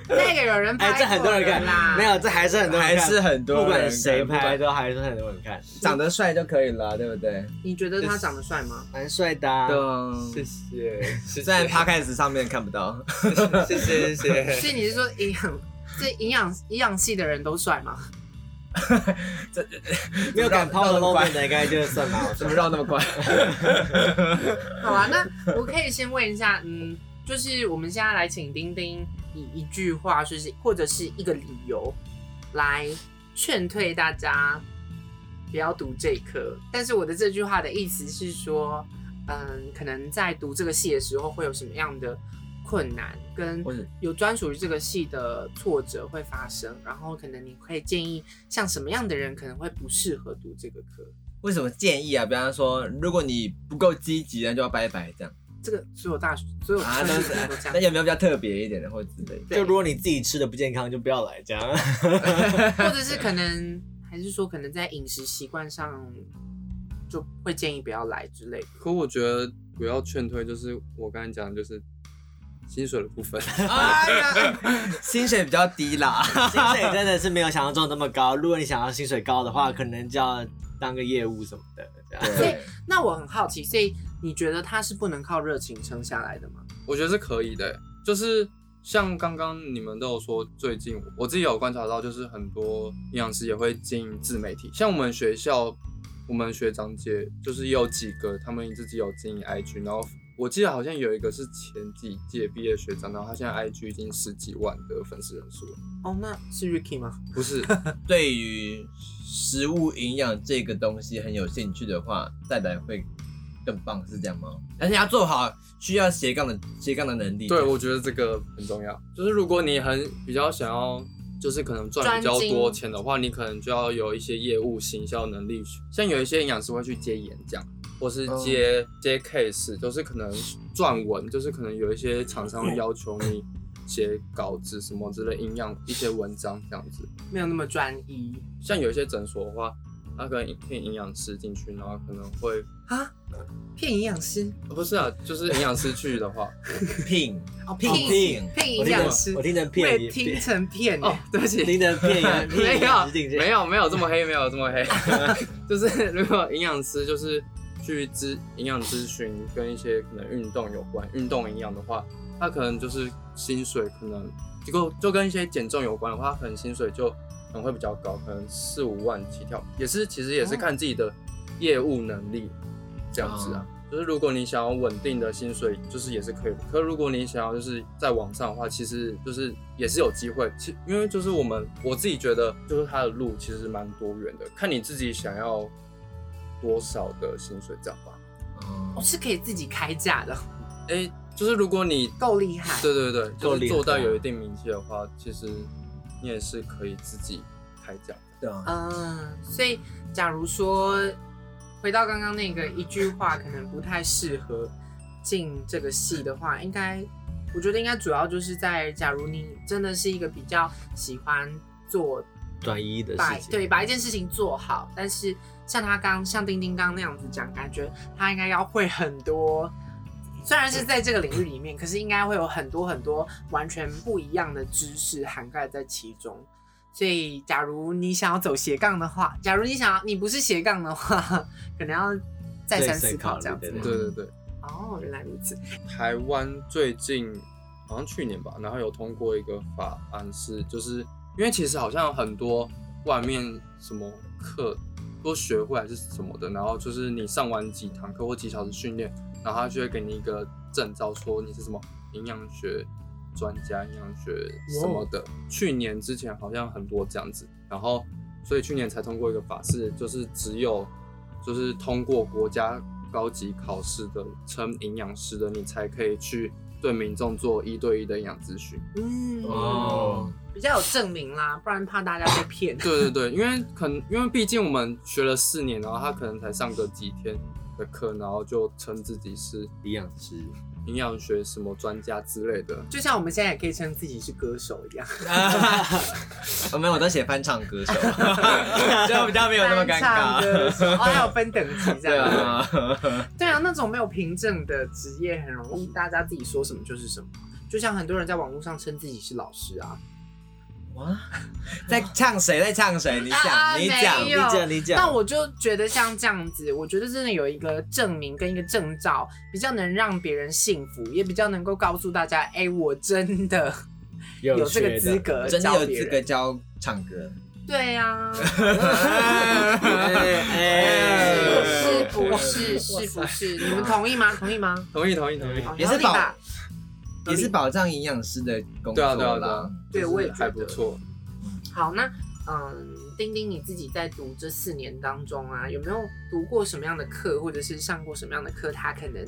S3: 那个有人拍
S2: 哎，
S3: 过
S2: 这很多人
S3: 了啦，
S2: 看，没有，这还是很多人
S1: 还
S2: 看，
S1: 是很多人
S2: 不管谁
S1: 不
S2: 拍
S1: 管
S2: 都还是很多人看，
S1: 长得帅就可以了，对不对？
S3: 你觉得他长得帅吗？
S2: 蛮帅的啊。
S4: 对，
S2: 谢谢，谢
S1: 虽 然 Podcast 上面看不到，
S2: 谢谢谢谢。
S3: 所以你是说营养，这营养营养系的人都帅吗？
S2: 没有敢抛
S1: 绕
S2: 的
S1: 得快
S2: moment 的，应该就算蛮好
S1: 怎么绕那么快？
S3: 好啊，那我可以先问一下，嗯，就是我们现在来请丁丁以一句话，就是或者是一个理由来劝退大家不要读这一科。但是我的这句话的意思是说，嗯，可能在读这个系的时候会有什么样的困难，跟
S1: 或者
S3: 有专属于这个系的挫折会发生，然后可能你可以建议像什么样的人可能会不适合读这个科。
S1: 为什么建议啊？比方说，如果你不够积极，那就要拜拜这样。
S3: 这个所有大学所有
S1: 啊，
S3: 科
S1: 那
S3: 系可能都这样
S1: 那。有没有比较特别一点的，或者之类的？
S3: 对
S2: 就如果你自己吃的不健康，就不要来这样。
S3: 或者是可能还是说可能在饮食习惯上就会建议不要来之类的。
S4: 可我觉得不要劝退，就是我刚才讲的就是薪水的部分。
S1: 哎呀， 薪水比较低啦。
S2: 薪水真的是没有想象中那么高。如果你想要薪水高的话，可能就要当个业务什么的。这 样
S3: 所以，那我很好奇，所以你觉得他是不能靠热情撑下来的吗？
S4: 我觉得是可以的欸，就是像刚刚你们都有说，最近我自己有观察到，就是很多营养师也会经营自媒体，像我们学校，我们学长姐就是也有几个他们自己有经营 IG，然后我记得好像有一个是前几届毕业学长，然后他现在 IG 已经十几万的粉丝人数了，
S3: 哦，那是 Ricky 吗？
S4: 不是
S1: 对于食物营养这个东西很有兴趣的话，再来会更棒，是这样吗？而且要做好需要斜杠的斜杠的能力。
S4: 对，我觉得这个很重要。就是如果你很比较想要，就是可能赚比较多钱的话，你可能就要有一些业务行销能力。像有一些营养师会去接演讲，或是接、接 case，就是可能撰文，就是可能有一些厂商会要求你写稿子什么之类，营养一些文章这样子。
S3: 没有那么专一
S4: 像有一些诊所的话，他可能骗营养师进去，然后可能会
S3: 啊，骗营养师
S4: 不是啊，就是营养师去的话，
S1: 聘
S3: 哦，
S1: 聘
S3: 骗
S1: 聘
S2: 我
S3: 骗营
S2: 听
S3: 养
S2: 成
S3: 师
S2: 我，听成
S3: 我
S2: 骗
S3: 也
S2: 也
S3: 听
S2: 骗，
S3: 成骗
S4: 哦
S3: 哦，，
S4: 对不 起，
S2: 听成 骗也
S4: 没
S2: 骗也是进
S4: 有，
S2: 去
S4: 没有，没有这么黑，没有这 么黑。就是如果营养师就是去咨营养咨询跟一些可能运动有关，运动营养的话，他可能就是薪水可能就跟就跟一些减重有关的话，他可能薪水就可能会比较高，可能四五万起跳，也是其实也是看自己的业务能力这样子啊。就是如果你想要稳定的薪水，就是也是可以的。可如果你想要就是在网上的话，其实就是也是有机会。其因为就是我们我自己觉得，就是它的路其实蛮多元的，看你自己想要多少的薪水这样吧。
S3: 我哦
S1: 哦
S3: 是可以自己开价的，
S4: 哎、就是如果你
S3: 够厉害。
S4: 对对对，
S2: 够
S4: 就
S2: 厉
S4: 是
S2: 害
S4: 做到有一定名气的话，其实你也是可以自己开价。
S1: 对啊，
S3: 嗯，所以假如说回到刚刚那个一句话，可能不太适合进这个系的话，应该我觉得应该主要就是在，假如你真的是一个比较喜欢做
S2: 转移的
S3: 把
S2: 事情。
S3: 对把一件事情做好，但是像他刚像丁丁刚那样子讲，感觉他应该要会很多。虽然是在这个领域里面，可是应该会有很多很多完全不一样的知识涵盖在其中。所以，假如你想要走斜杠的话，假如你想要你不是斜杠的话，可能要再三思考这样子
S2: 对。
S4: 对对对，
S3: 哦，原来如此。
S4: 台湾最近好像去年吧，然后有通过一个法案是，就是因为其实好像很多外面什么课都学会还是什么的，然后就是你上完几堂课或几小时训练，然后他就会给你一个证照，说你是什么营养学专家、营养学什么的。去年之前好像很多这样子，然后所以去年才通过一个法是，就是只有就是通过国家高级考试的称营养师的，你才可以去对民众做一对一的营养咨询。
S3: 嗯，
S1: 哦，
S3: 比较有证明啦，不然怕大家被骗。
S4: 对对对，因为可能因为毕竟我们学了四年，然后他可能才上个几天的课，然后就称自己是
S2: 营养师，
S4: 营养学什么专家之类的。
S3: 就像我们现在也可以称自己是歌手一样，
S1: 我哦们我都写翻唱歌 手， 就比较没有那么尴
S3: 翻唱歌
S1: 尬。
S3: 手，哦，还有分等级这
S1: 对
S3: 样。
S1: 啊，
S3: 对啊，那种没有凭证的职业很容易，大家自己说什么就是什么。就像很多人在网络上称自己是老师啊，
S1: 哇，在唱谁？在唱谁？你
S3: 啊
S1: 讲，你
S3: 没
S1: 讲
S3: 有。
S2: 你讲你讲，
S3: 那我就觉得像这样子，我觉得真的有一个证明跟一个证照，比较能让别人信服，也比较能够告诉大家，哎、我真的有这个资
S2: 学的，
S3: 格
S1: 真的
S3: 教
S1: 有
S3: 别
S1: 资格
S3: 人。
S1: 教唱歌？
S3: 对呀、啊，
S1: 哎
S3: 是不 是？是不是？你们同意吗？同意吗？
S4: 同意同意同意。
S3: 好
S1: 也
S3: 合
S1: 是
S3: 理
S1: 保
S3: 吧？
S1: 也是保障营养师的工
S4: 对
S1: 作
S4: 啊对啊对
S1: 啦
S4: 啊。，
S3: 对我也
S4: 就是还
S3: 觉得
S4: 不错。
S3: 好，那嗯，丁丁你自己在读这四年当中啊，有没有读过什么样的课，或者是上过什么样的课？他可能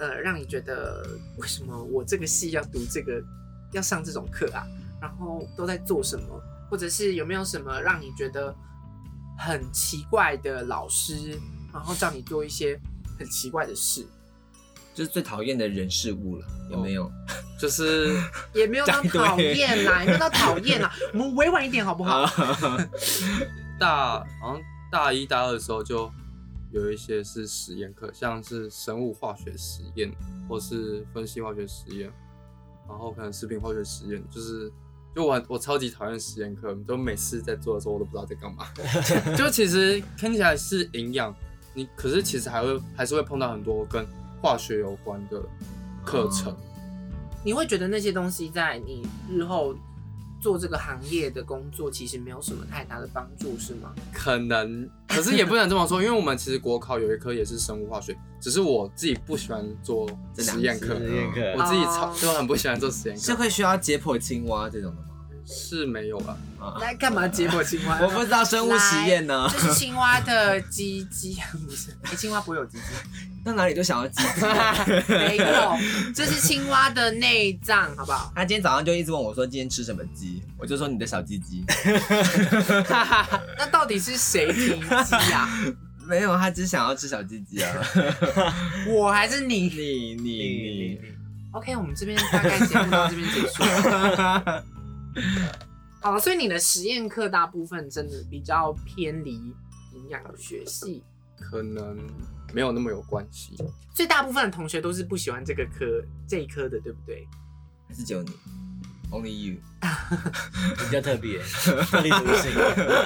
S3: 呃，让你觉得为什么我这个系要读这个，要上这种课啊？然后都在做什么？或者是有没有什么让你觉得很奇怪的老师，然后叫你做一些很奇怪的事？
S1: 就是最讨厌的人事物了，有没有？
S4: 就是
S3: 也没有到
S1: 讲一堆
S3: 讨厌啦，也没有到讨厌啦，我们委婉一点
S4: 哦
S3: 好不好？
S4: 大好像大一大二的时候就有一些是实验课，像是生物化学实验或是分析化学实验，然后可能食品化学实验，就是就我我超级讨厌实验课，就每次在做的时候我都不知道在干嘛。就其实听起来是营养，你可是其实还会还是会碰到很多跟化学有关的课程。
S3: 你会觉得那些东西在你日后做这个行业的工作，其实没有什么太大的帮助，是吗？
S4: 可能，可是也不能这么说，因为我们其实国考有一科也是生物化学，只是我自己不喜欢做
S1: 这两
S4: 实验课，
S2: 实验
S4: 我
S2: 课，
S4: 自己超
S3: 哦
S4: 就很不喜欢做实验
S1: 是
S4: 课，
S1: 会需要解剖青蛙这种的吗？
S4: 是没有了。
S1: 啊，
S3: 来干嘛结果青蛙？
S1: 我不知道生物实验呢，
S3: 这是青蛙的鸡鸡，不是？哎青蛙不会有鸡鸡，
S1: 到哪里都想要鸡鸡。
S3: 没有，这是青蛙的内脏，好不好？
S1: 他今天早上就一直问我说今天吃什么鸡，我就说你的小鸡鸡。
S3: 那到底是谁提鸡啊？
S1: 没有，他只想要吃小鸡鸡啊。
S3: 我还是你
S1: 你你你，
S2: 嗯
S3: ？OK，我们这边大概节目到这边结束。 哦，所以你的实验课大部分真的比较偏离营养学系，
S4: 可能没有那么有关系。
S3: 所以大部分的同学都是不喜欢这个科这一科的，对不对？
S1: 还是只有你，Only you，
S2: 比较特别，特立独行，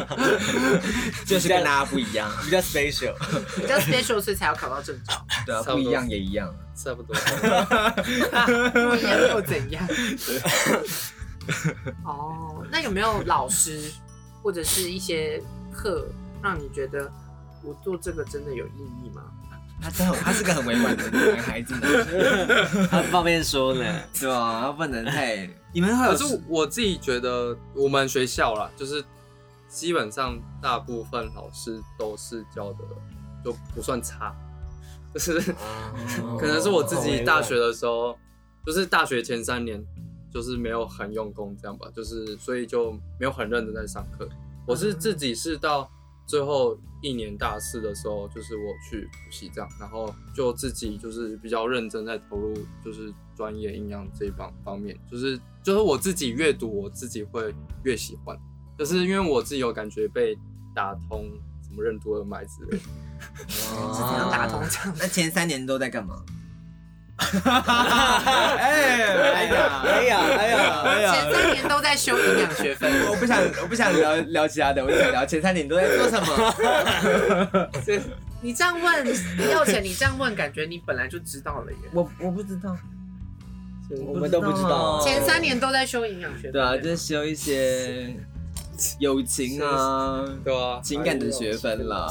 S1: 就是跟大家不一样。
S2: 比较 special。
S3: 比较 special，所以才要考到证照，
S1: 对啊，
S4: 差
S1: 不
S4: 不多
S1: 一样也一样。
S4: 差不多，
S3: 不一样又怎样？ 哦，那有没有老师或者是一些课让你觉得我做这个真的有意义吗？
S1: 他真的很，他是个很委婉的男孩子 呢，
S2: 他不方便说呢，
S1: 对吧？他不能太。
S2: 你们会
S4: 可是我自己觉得我们学校啦，就是基本上大部分老师都是教的就不算差，就是
S1: 哦
S4: 可能是我自己大学的时候，就是大学前三年，就是没有很用功这样吧，就是所以就没有很认真在上课。我是自己是到最后一年大四的时候，就是我去补习这样，然后就自己就是比较认真在投入，就是专业营养这一方方面，就是就是我自己阅读，我自己会越喜欢，就是因为我自己有感觉被打通什么任督二脉之类的。
S1: 啊
S3: 是怎样打通
S1: 哦
S3: 这样？
S1: 那前三年都在 干嘛？哎哎呀
S2: 哎呀哎呀哎
S3: 前
S2: 呀，
S3: 三年都在修营养学分，
S1: 我 不想，我不想聊聊其他的，我想聊前三年都在做什么。
S3: 你这样问要钱，你这样问，感觉你本来就知道了耶。
S1: 我我不知道，
S2: 我们都不知道啊
S1: 哦
S3: 前三年都在修营养学分，
S1: 对啊，就是是修一些友情啊、
S4: 对啊，
S1: 情感的学分啦。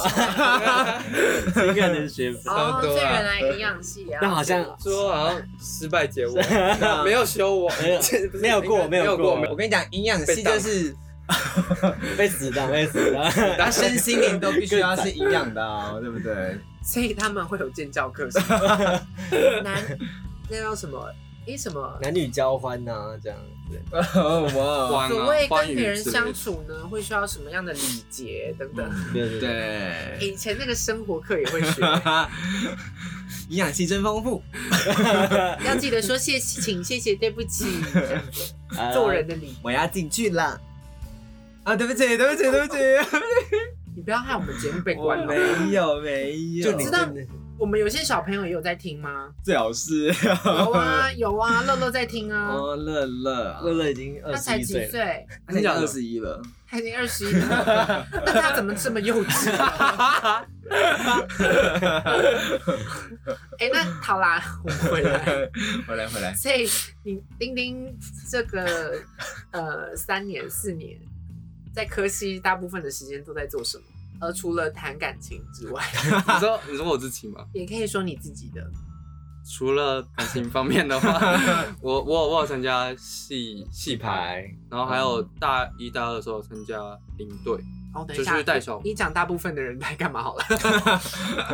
S2: 这个的学分。
S3: 哦，所以
S4: 对啊
S3: 原来营养系啊，
S2: 但好像
S4: 最后好像失败 结尾，
S1: 啊
S4: 没有修我，
S2: 没有
S4: 不是
S2: 没有过
S4: 没有
S2: 没有过
S4: 没
S1: 我
S4: 有
S1: 跟你讲，营养系就是
S2: 被死当，被死当。
S1: 他身心灵都必须要是营养的、 啊，对不对？
S3: 所以他们会有建教课，男那叫什么？诶，什么？
S2: 男女交欢呐，这样子。
S1: 哇，
S4: 关
S3: 所
S4: 啊
S3: 谓
S4: 关
S3: 跟
S4: 于
S3: 别人
S4: 之类的
S3: 相处呢，会需要什么样的礼节等等？
S2: 对对对。
S3: 诶
S1: 对，
S3: 以前那个生活课也会 学，
S1: 营养系真丰富。
S3: 要记得说谢谢，请谢谢，对不起，这样子
S2: 啊
S3: 做人的礼仪。
S1: 我要进去了。啊，对不起，对不起，对不起，
S3: 你不要害我们节目被
S1: 我
S3: 关了。
S1: 没有没有，
S2: 就你
S3: 知道
S2: 真的
S3: 我们有些小朋友也有在听吗？
S1: 最好是
S3: 有啊，有啊，乐乐在听啊，
S1: 哦，乐乐，
S2: 乐乐已经二
S3: 他才
S2: 十一
S3: 几
S2: 岁了，
S3: 岁，
S1: 他已经二十一了，
S3: 他已经二十一了，那他怎么这么幼稚啊？哎、那好啦，我们回来。
S1: 回来回来，
S3: 所以你丁丁这个呃三年四年在科系，大部分的时间都在做什么？呃，除了谈感情之外，
S4: 你知道你说我自己吗？
S3: 也可以说你自己的
S4: 除了感情方面的 话，我我有我有参加戏戏
S2: 戏
S4: 排，
S2: 牌
S4: 然后还有大一大二的时候有参加领队，
S3: 哦。等一
S4: 就
S3: 下
S4: 是，带小，
S3: 你讲大部分的人在干嘛好了？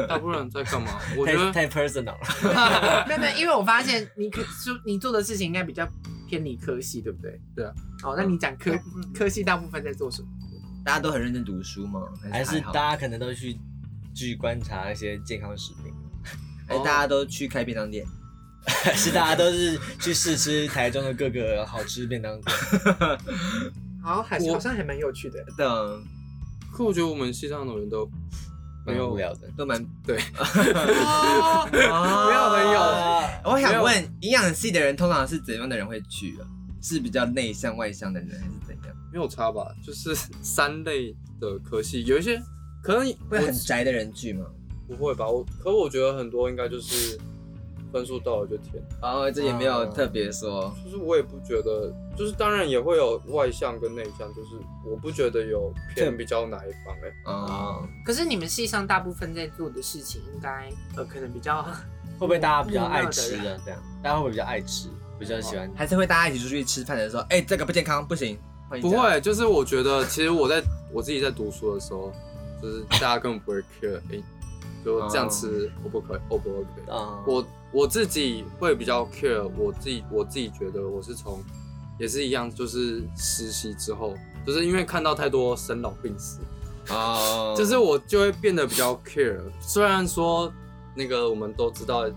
S4: 大部分人在干 嘛？我觉
S2: 太
S4: 得
S2: 太 personal 了。
S3: 没有没有，因为我发现你可就你做的事情应该比较偏离科系，对不对？
S4: 对啊。
S3: 哦，那你讲科科系大部分在做什么？
S1: 大家都很认真读书吗？
S2: 还是
S1: 好
S2: 大家可能都去去观察一些健康食品，
S1: 还哎
S4: 哦
S1: 是大家都去开便当店？
S2: 还是大家都是去试吃台中的各个好吃便当店？
S3: 好，还
S4: 我
S3: 好像还蛮有趣的。
S1: 等
S4: 可我觉得我们系上的人都没
S2: 蛮
S4: 有
S2: 无聊的，
S1: 都蛮
S3: 哦，
S1: 没
S4: 有很有
S2: 哦
S1: 我想问，营养系的人通常是怎样的人会去啊？是比较内向外向的人，还是怎样？
S4: 没有差吧？就是 三类的科系，有一些可能
S1: 会很
S4: 我
S1: 宅的人去吗？
S4: 不会吧？我可我觉得很多应该就是分数到了就填，
S1: 哦，这也没有
S2: 哦
S1: 特别说，
S4: 就是我也不觉得，就是当然也会有外向跟内向，就是我不觉得有偏比较哪一方哎、
S1: 哦，
S3: 可是你们系上大部分在做的事情，应该呃可能比 较
S2: 会不会大家比较爱吃的这样？大家会不会比较爱吃，比较喜欢？
S1: 还是会大家一起出去吃饭的时候，哎，这个不健康，不行，换一家
S4: 不，会，就是我觉得，其实我在我自己在读书的时候，就是大家根本不会 care，哎、就这样吃 O 不可以，O 不 OK？
S2: 啊，
S4: 我我自己会比较 care，我自己我自己觉得我是从也是一样，就是实习之后，就是因为看到太多生老病死，
S1: 哦，
S4: 就是我就会变得比较 care。虽然说那个我们都知道，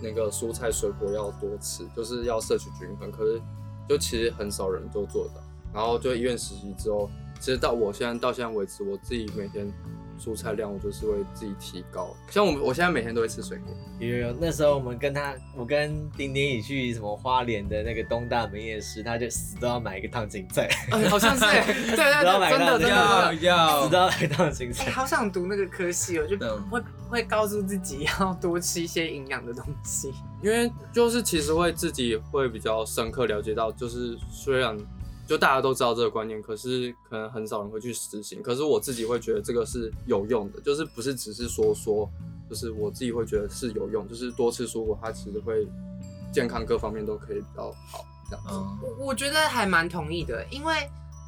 S4: 那个蔬菜水果要多吃，就是要摄取均衡，可是就其实很少人都做到。然后就医院实习之后，其实到我现在到现在为止，我自己每天蔬菜量我就是会自己提高。像我我现在每天都会吃水果，
S2: 有有有，那时候我们跟他，我跟丁丁一起去什么花莲的那个东大门夜市，他就死都要买一个烫青菜，
S3: 呃
S4: 好像是对对
S2: 不要
S4: 对，
S2: 买
S4: 真
S2: 到
S4: 的
S2: 这
S4: 真
S2: 个
S1: 要
S4: 的。
S1: 要
S2: 死都，要买烫青
S3: 哎、
S2: 菜。
S3: 好想读那个科系哦，就
S1: 嗯
S3: 会会告诉自己要多吃一些营养的东西。
S4: 因为就是其实会自己会比较深刻了解到，就是虽然就大家都知道这个观念，可是可能很少人会去实行。可是我自己会觉得这个是有用的，就是不是只是说说，就是我自己会觉得是有用，就是多吃蔬果，它其实会健康各方面都可以比较好。这样子，
S1: 哦
S3: 我我觉得还蛮同意的，因为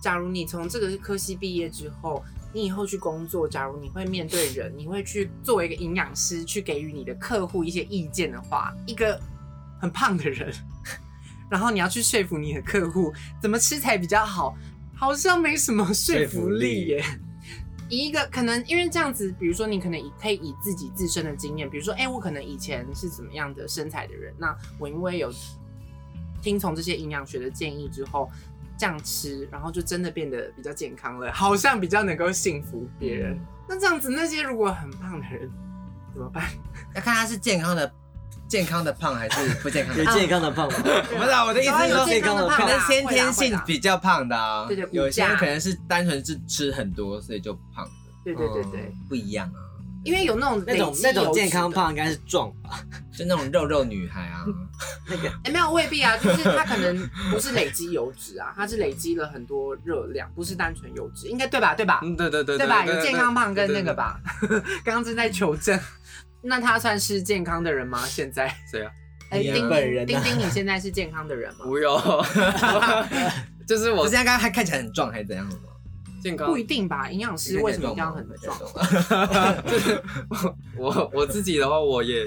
S3: 假如你从这个科系毕业之后，你以后去工作，假如你会面对人，你会去作为一个营养师去给予你的客户一些意见的话，一个很胖的人， 然后你要去说服你的客户怎么吃才比较好，好像没什么说服力耶。以一个可能，因为这样子，比如说你可能以可以以自己自身的经验，比如说，哎、我可能以前是怎么样的身材的人，那我因为有听从这些营养学的建议之后，这样吃，然后就真的变得比较健康了，好像比较能够幸福别人。那这样子，那些如果很胖的人怎么办？
S1: 要看他是健康的健康的胖还是不健康
S2: 有
S1: 的胖。
S2: 健康的胖吗？
S1: 我不知道我的哦意思是
S3: 有
S1: 说
S3: 健康的胖
S1: 可
S3: 啦
S1: 能先天性
S3: 会啦会啦
S1: 比较胖的啊，
S3: 对对骨
S1: 有些人
S3: 架
S1: 可能是单纯是吃很多，所以就胖了，
S3: 对对对对，
S1: 不一样啊。
S3: 因为有那种
S2: 那
S3: 累
S2: 种
S3: 积
S2: 那种
S3: 油脂
S2: 健康
S3: 的
S2: 胖应该是壮吧？
S1: 就那种肉肉女孩啊，
S3: 哎、没有未必啊，就是它可能不是累积油脂啊， 它是累积了很多热量，不是单纯油脂，应该对吧？对吧？
S4: 嗯，对对对
S3: 对吧？
S4: 对
S3: 有
S4: 对
S3: 健康胖跟
S4: 对
S3: 那个吧， 刚刚正在求证。 那他算是健康的人吗？现在？
S4: 谁啊？
S3: 哎，
S1: 你啊
S3: 丁
S2: 本人
S3: 丁，
S2: 啊
S3: 丁丁，你现在是健康的人吗？
S4: 不用，就是
S1: 我
S4: 我
S1: 现在刚刚还看起来很壮，还是怎样的吗？
S4: 健康
S3: 不一定吧，营养师为什么一定要很壮？
S4: 就是我我我自己的话，我也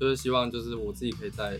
S4: 就是希望就是我自己可以再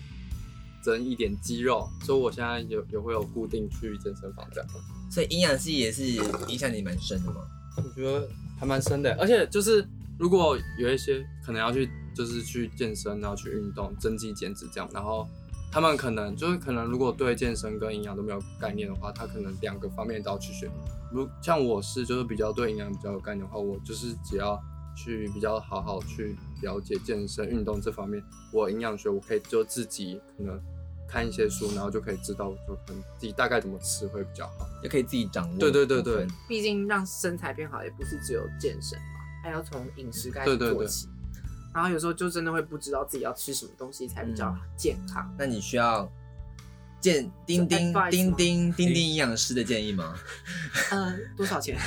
S4: 增一点肌肉，所以我现在有也会有固定去健身房这样。
S1: 所以营养系也是影响你蛮深的嘛。
S4: 我觉得还蛮深的，而且就是如果有一些可能要去就是去健身，然后去运动，增肌减脂这样，然后他们可能就是可能如果对健身跟营养都没有概念的话，他可能两个方面都要去学。如像我是就是比较对营养比较有概念的话，我就是只要去比较好好去了解健身运动这方面，我营养学我可以就自己可能看一些书，然后就可以知道就可能自己大概怎么吃会比较好。
S1: 就可以自己掌握。
S4: 对对对对，
S3: 毕竟让身材变好也不是只有健身嘛，还要从饮食开
S4: 对
S3: 始
S4: 对
S3: 做
S4: 对
S3: 起。然后有时候就真的会不知道自己要吃什么东西才比
S4: 嗯
S3: 较健康。
S1: 那你需要见丁丁
S3: advice 吗
S1: 丁丁丁丁营养师的建议 吗？
S3: 呃，多少钱？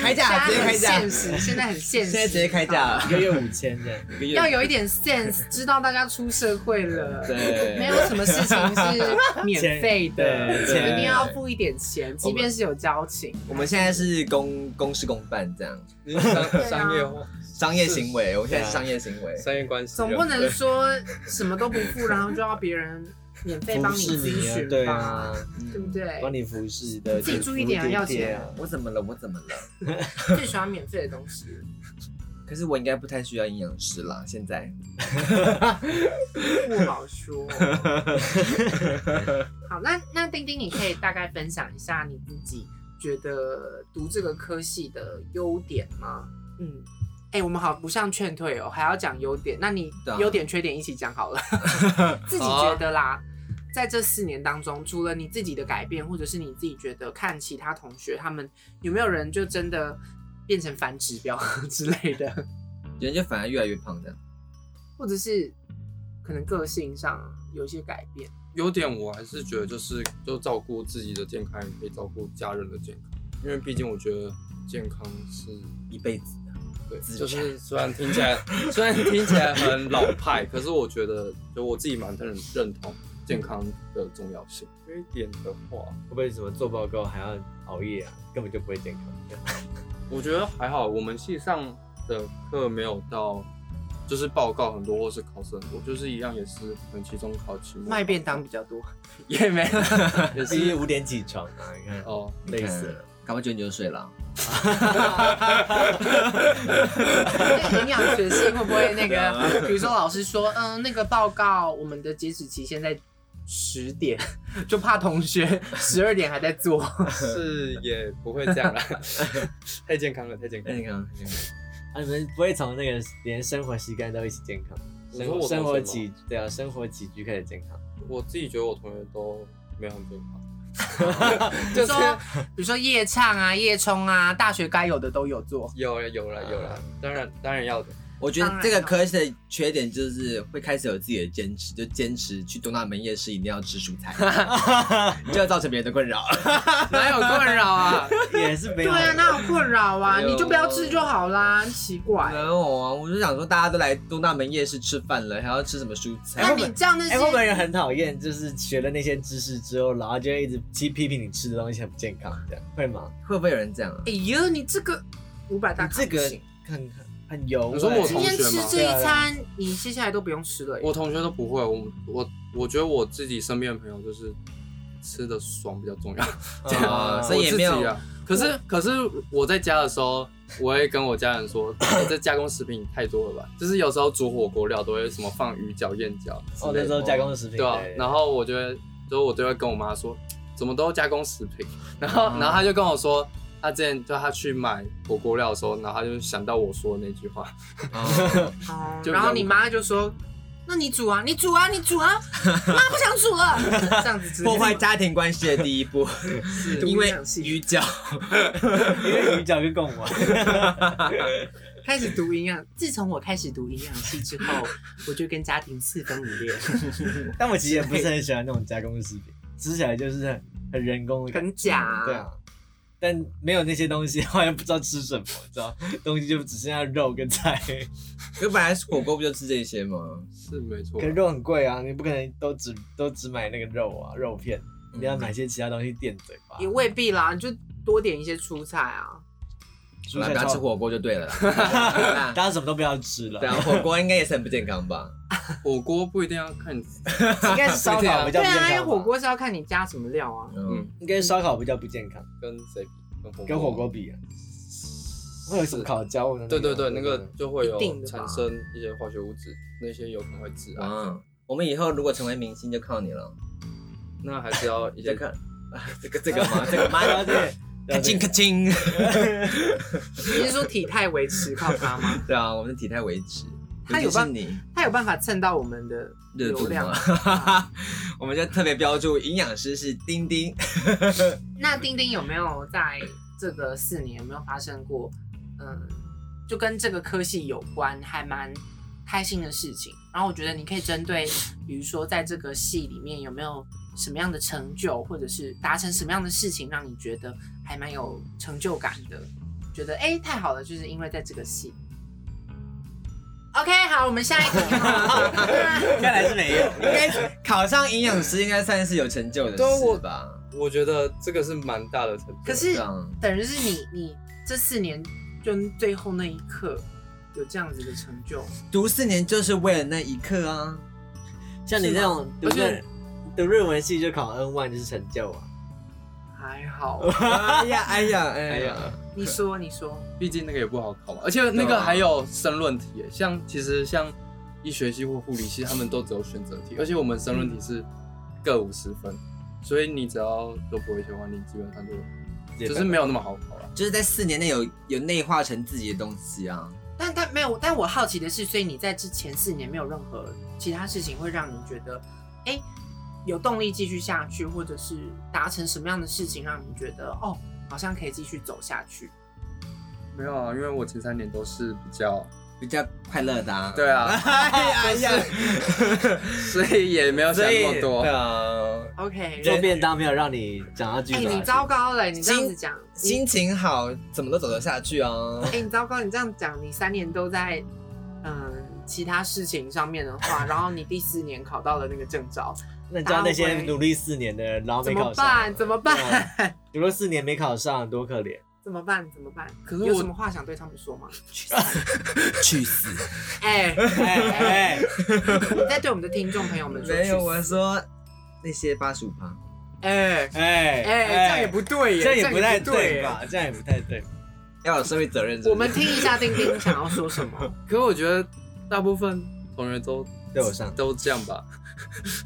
S1: 开价直接开价
S3: 现在很现实，现在很现实，
S1: 现在直接开价
S3: 好
S1: 了
S2: 一个月五千这样，
S3: 要有一点 sense，知道大家出社会了，
S1: 对
S3: 没有什么事情是免费的，
S2: 钱对
S3: 一定要付一点钱，即便是有交情。
S1: 我们现在是公公事公办这样，
S3: 对啊
S4: 商商业化。
S1: 商业行为，我们现在是啊商业行为。
S4: 商业关系，啊
S3: 总不能说什么都不付，然后就要别人免费帮
S2: 服侍
S3: 你咨
S2: 你啊，
S3: 询
S2: 对
S3: 吧
S2: 啊，，
S3: 对不对？
S2: 帮你服侍的，
S3: 自己注意点啊要
S2: 贴
S3: 钱
S2: 啊。
S1: 我怎么了？我怎么了？
S3: 最喜欢免费的东西。
S1: 可是我应该不太需要营养师啦，现在。
S3: 不好 说。好，那那丁丁，你可以大概分享一下你自己觉得读这个科系的优点吗？嗯，哎、我们好不像劝退哦，还要讲优点。那你
S1: 对啊
S3: 优点、缺点一起 讲好了，自己觉得
S1: 啊
S3: 啦。在这四年当中，除了你自己的改变，或者是你自己觉得看其他同学他们有没有人就真的变成反指标之类的，
S1: 人就反而越来越胖这样。
S3: 或者是可能个性上有一些改变。
S4: 优点我还是觉得就是就照顾自己的健康，也可以照顾家人的健康，因为毕竟我觉得健康是
S1: 一辈子
S4: 对，
S1: 资产
S4: 就是虽然听起来虽然听起来很老派，可是我觉得就我自己蛮认认同健康的重要性。缺点的话，
S2: 会不会什么做报告还要熬夜啊？根本就不会健康。
S4: 我觉得还好，我们系上的课没有到。就是报告很多，或是考试很多，就是一样也是很期中考、期末
S3: 卖便当比较多，
S4: 也没有
S2: 也是五点起床啊，你看，
S4: 哦，
S2: 累死了。
S1: 搞不久你就睡了啊。
S3: 那营养学系会不会那个？比如说老师说，嗯，那个报告我们的截止期现在十点， 就怕同学十二点还在做。
S4: 是也不会这样 啦，太健康了，太健
S1: 那
S4: 康了
S1: 哎你。看，那你看
S2: 啊，你们不会从那个连生活习惯都一起健康，
S4: 你说
S2: 生
S4: 我
S2: 活
S4: 从
S2: 生
S4: 什
S2: 活
S4: 么
S2: 起对啊，生活起居开始健 康。
S4: 我自己觉得我同学都没有很健康，
S3: 就说，比如说夜唱啊、夜冲啊，大学该有的都有做。
S4: 有了有了有
S1: 啊
S4: 了，当然当然要的，
S1: 我觉得这个科系的缺点就是会开始有自己的坚持，就坚持去东大门夜市一定要吃蔬 菜，就要造成别人的困扰。
S3: 哪有困扰啊？
S2: 也是没
S3: 对
S2: 有
S3: 啊，哪有困扰啊？
S4: 没有
S3: 你就不要吃就好啦，奇怪
S1: 没。有啊，我就想说大家都来东大门夜市吃饭了，还要吃什么蔬菜？
S3: 那你这样那
S2: 哎、会不会有
S3: 些，
S2: 人很讨厌？就是学了那些知识之后，然后就会一直批批评你吃的东西很不健康，这样会吗？
S1: 会不会有人这样啊？
S3: 哎呦，你这个五百大
S2: 你
S3: 卡
S2: 这
S3: 不
S2: 个
S3: 行
S2: 很很很油欸、
S4: 你说我
S3: 今
S4: 同
S3: 天
S4: 学
S3: 吃
S4: 嘛
S3: 这一餐，你接下来都不用吃了耶。
S4: 我同学都不会，我我我觉得我自己身边的朋友就是吃的爽比较重要，这样
S1: 啊所以也没有
S4: 我自己啊。可是可是我在家的时候，我会跟我家人说， 哎这加工食品太多了吧？就是有时候煮火锅料都会什么放鱼饺、燕饺
S2: 哦，那
S4: 之类
S2: 时
S4: 的，
S2: 候加工食品，
S4: 对啊。然
S2: 后
S4: 后我觉得，就我就会跟我妈说，怎么都加工食品。 然后然后她就跟我说，她之前就她去买火锅料的时候，然后她就想到我说的那句话，
S1: 哦
S3: 哦，
S4: 就比较
S3: 然后你妈就说：“那你煮啊，你煮啊，你煮 啊，妈不想煮了。” 这样子之类的
S1: 破坏家庭关系的第一步，因为
S3: 营养系
S1: 鱼饺。
S2: 因为鱼饺跟贡丸，
S3: 开始读营养， 自从我开始读营养系之 后，我就跟家庭四分五裂，
S2: 但我其实也不是很喜欢那种加工的食 品，吃起来就是很很人工的感觉。
S3: 很假。
S2: 对啊，但没有那些东西，好像不知道吃什么，你知道，东西就只剩下肉跟 菜，
S1: 因为本来火锅不就吃这些吗？
S4: 是没错
S2: 可。是肉很贵啊，你不可能都只都只买那个肉啊，肉片，你要买些其他东西垫嘴巴。
S3: 也未必啦，你就多点一些蔬菜啊。
S1: 好啦不要吃，火锅就对了啦。
S2: 大家什么都不要吃了
S1: 对。啊，火锅应该也是很不健康吧？
S4: 火锅不一定要看自己，
S2: 应该是 烧烤比较不
S3: 对
S2: 健
S3: 啊，因为
S2: 康吧。
S3: 火锅是要看你加什么料 啊。
S1: 嗯
S4: 嗯，，
S2: 应该是烧烤比较不健康，
S4: 跟谁比？跟火锅
S2: 跟火锅比啊，会有什么烤焦的那
S4: 对
S2: 个？
S4: 对对，那 个就会有
S3: 一定的吧
S4: 产生一些化学物质，那些有可能会致癌。
S1: 哇，啊我们以后如果成为明星就靠你了。
S4: 那还是要一
S1: 这
S4: 些
S1: 个，啊这个这个吗？这个吗？
S2: 了解，
S1: 咔
S2: 了解
S1: 金咔金。
S3: 你是说体态维持靠它吗？
S1: 对啊，我们的体态维持。
S3: 他有
S1: 尤其是
S3: 办
S1: 你
S3: 它有办法蹭到我们的
S1: 热
S3: 流
S1: 度
S3: 量
S1: 吗
S3: 吗？ 啊？
S1: 我们就特别标注营养师是丁丁。
S3: 那丁丁有没有在这个四年有没有发生过，嗯，就跟这个科系有关，还蛮开心的事情？然后我觉得你可以针对，比如说在这个系里面有没有什么样的成就，或者是达成什么样的事情，让你觉得还蛮有成就感的，觉得哎、太好了，就是因为在这个系。OK，好，我们下一题哦。
S2: 看来是没有。
S1: 应该考上营养师应该算是有成就的
S3: 对我
S1: 事吧？啊
S4: 我觉得这个是蛮大的成就。
S3: 可是
S1: 这样
S3: 等于是你你这四年就最后那一刻有这样子的成就，
S1: 读四年就是为了那一刻啊。
S2: 像你这种读论读论文系就考 N 万就是成就啊，
S3: 还好。
S1: 哎呀哎呀
S2: 哎
S1: 哎
S2: 呀
S1: 呀！
S3: 你说，你说，
S4: 毕竟那个也不好考嘛，而且那
S2: 啊
S4: 个还有申论题耶，像其实像医学系或护理系，他们都只有选择题，而且我们申论题是各五十分，所以你只要都不会写的话，你基本上就就是没有那么好考啊了。
S1: 就是在四年内有有内化成自己的东西啊。
S3: 但但没有，但我好奇的是，所以你在之前四年没有任何其他事情会让你觉得，哎、有动力继续下去，或者是达成什么样的事情让你觉得，哦，好像可以继续走下去？
S4: 没有啊，因为我前三年都是比较
S1: 比较快乐的啊。
S4: 对啊，
S1: 哎呀哎呀，
S4: 所以也没有想
S1: 所以
S4: 那么多
S1: 对。啊，
S3: OK，
S2: 做便当没有让你想要继
S3: 哎、
S2: 续。
S3: 你糟，糕了，你这样子讲，你
S1: 心情好怎么都走得下去啊。
S3: 哎、你糟糕，你这样讲，你三年都在嗯其他事情上面的话，然后你第四年考到了那个证照，
S2: 那你知道那些努力四年的人，然后
S3: 怎
S2: 没
S3: 么
S2: 考
S3: 办？
S2: 上，啊
S3: 怎么办？
S2: 读了四年没考上，多可怜。
S3: 怎么办？怎么办？
S4: 可是
S3: 有
S4: 我
S3: 什么话想对他们说 吗？
S1: 去 死！
S3: 哎、
S2: 哎 哎，
S3: 你在对我们的听众朋友们说去死，
S1: 没有，我说那些八十五趴，
S3: 哎
S2: 哎
S3: 哎、这样也不对耶，
S2: 这样也不太
S3: 对啊
S2: 对吧？？这样也不太对。
S1: 要有社会责任是不是。
S3: 我们听一下丁丁想要说 什么。
S4: 可我觉得大部分同学都
S2: 对我上，
S4: 都这样吧，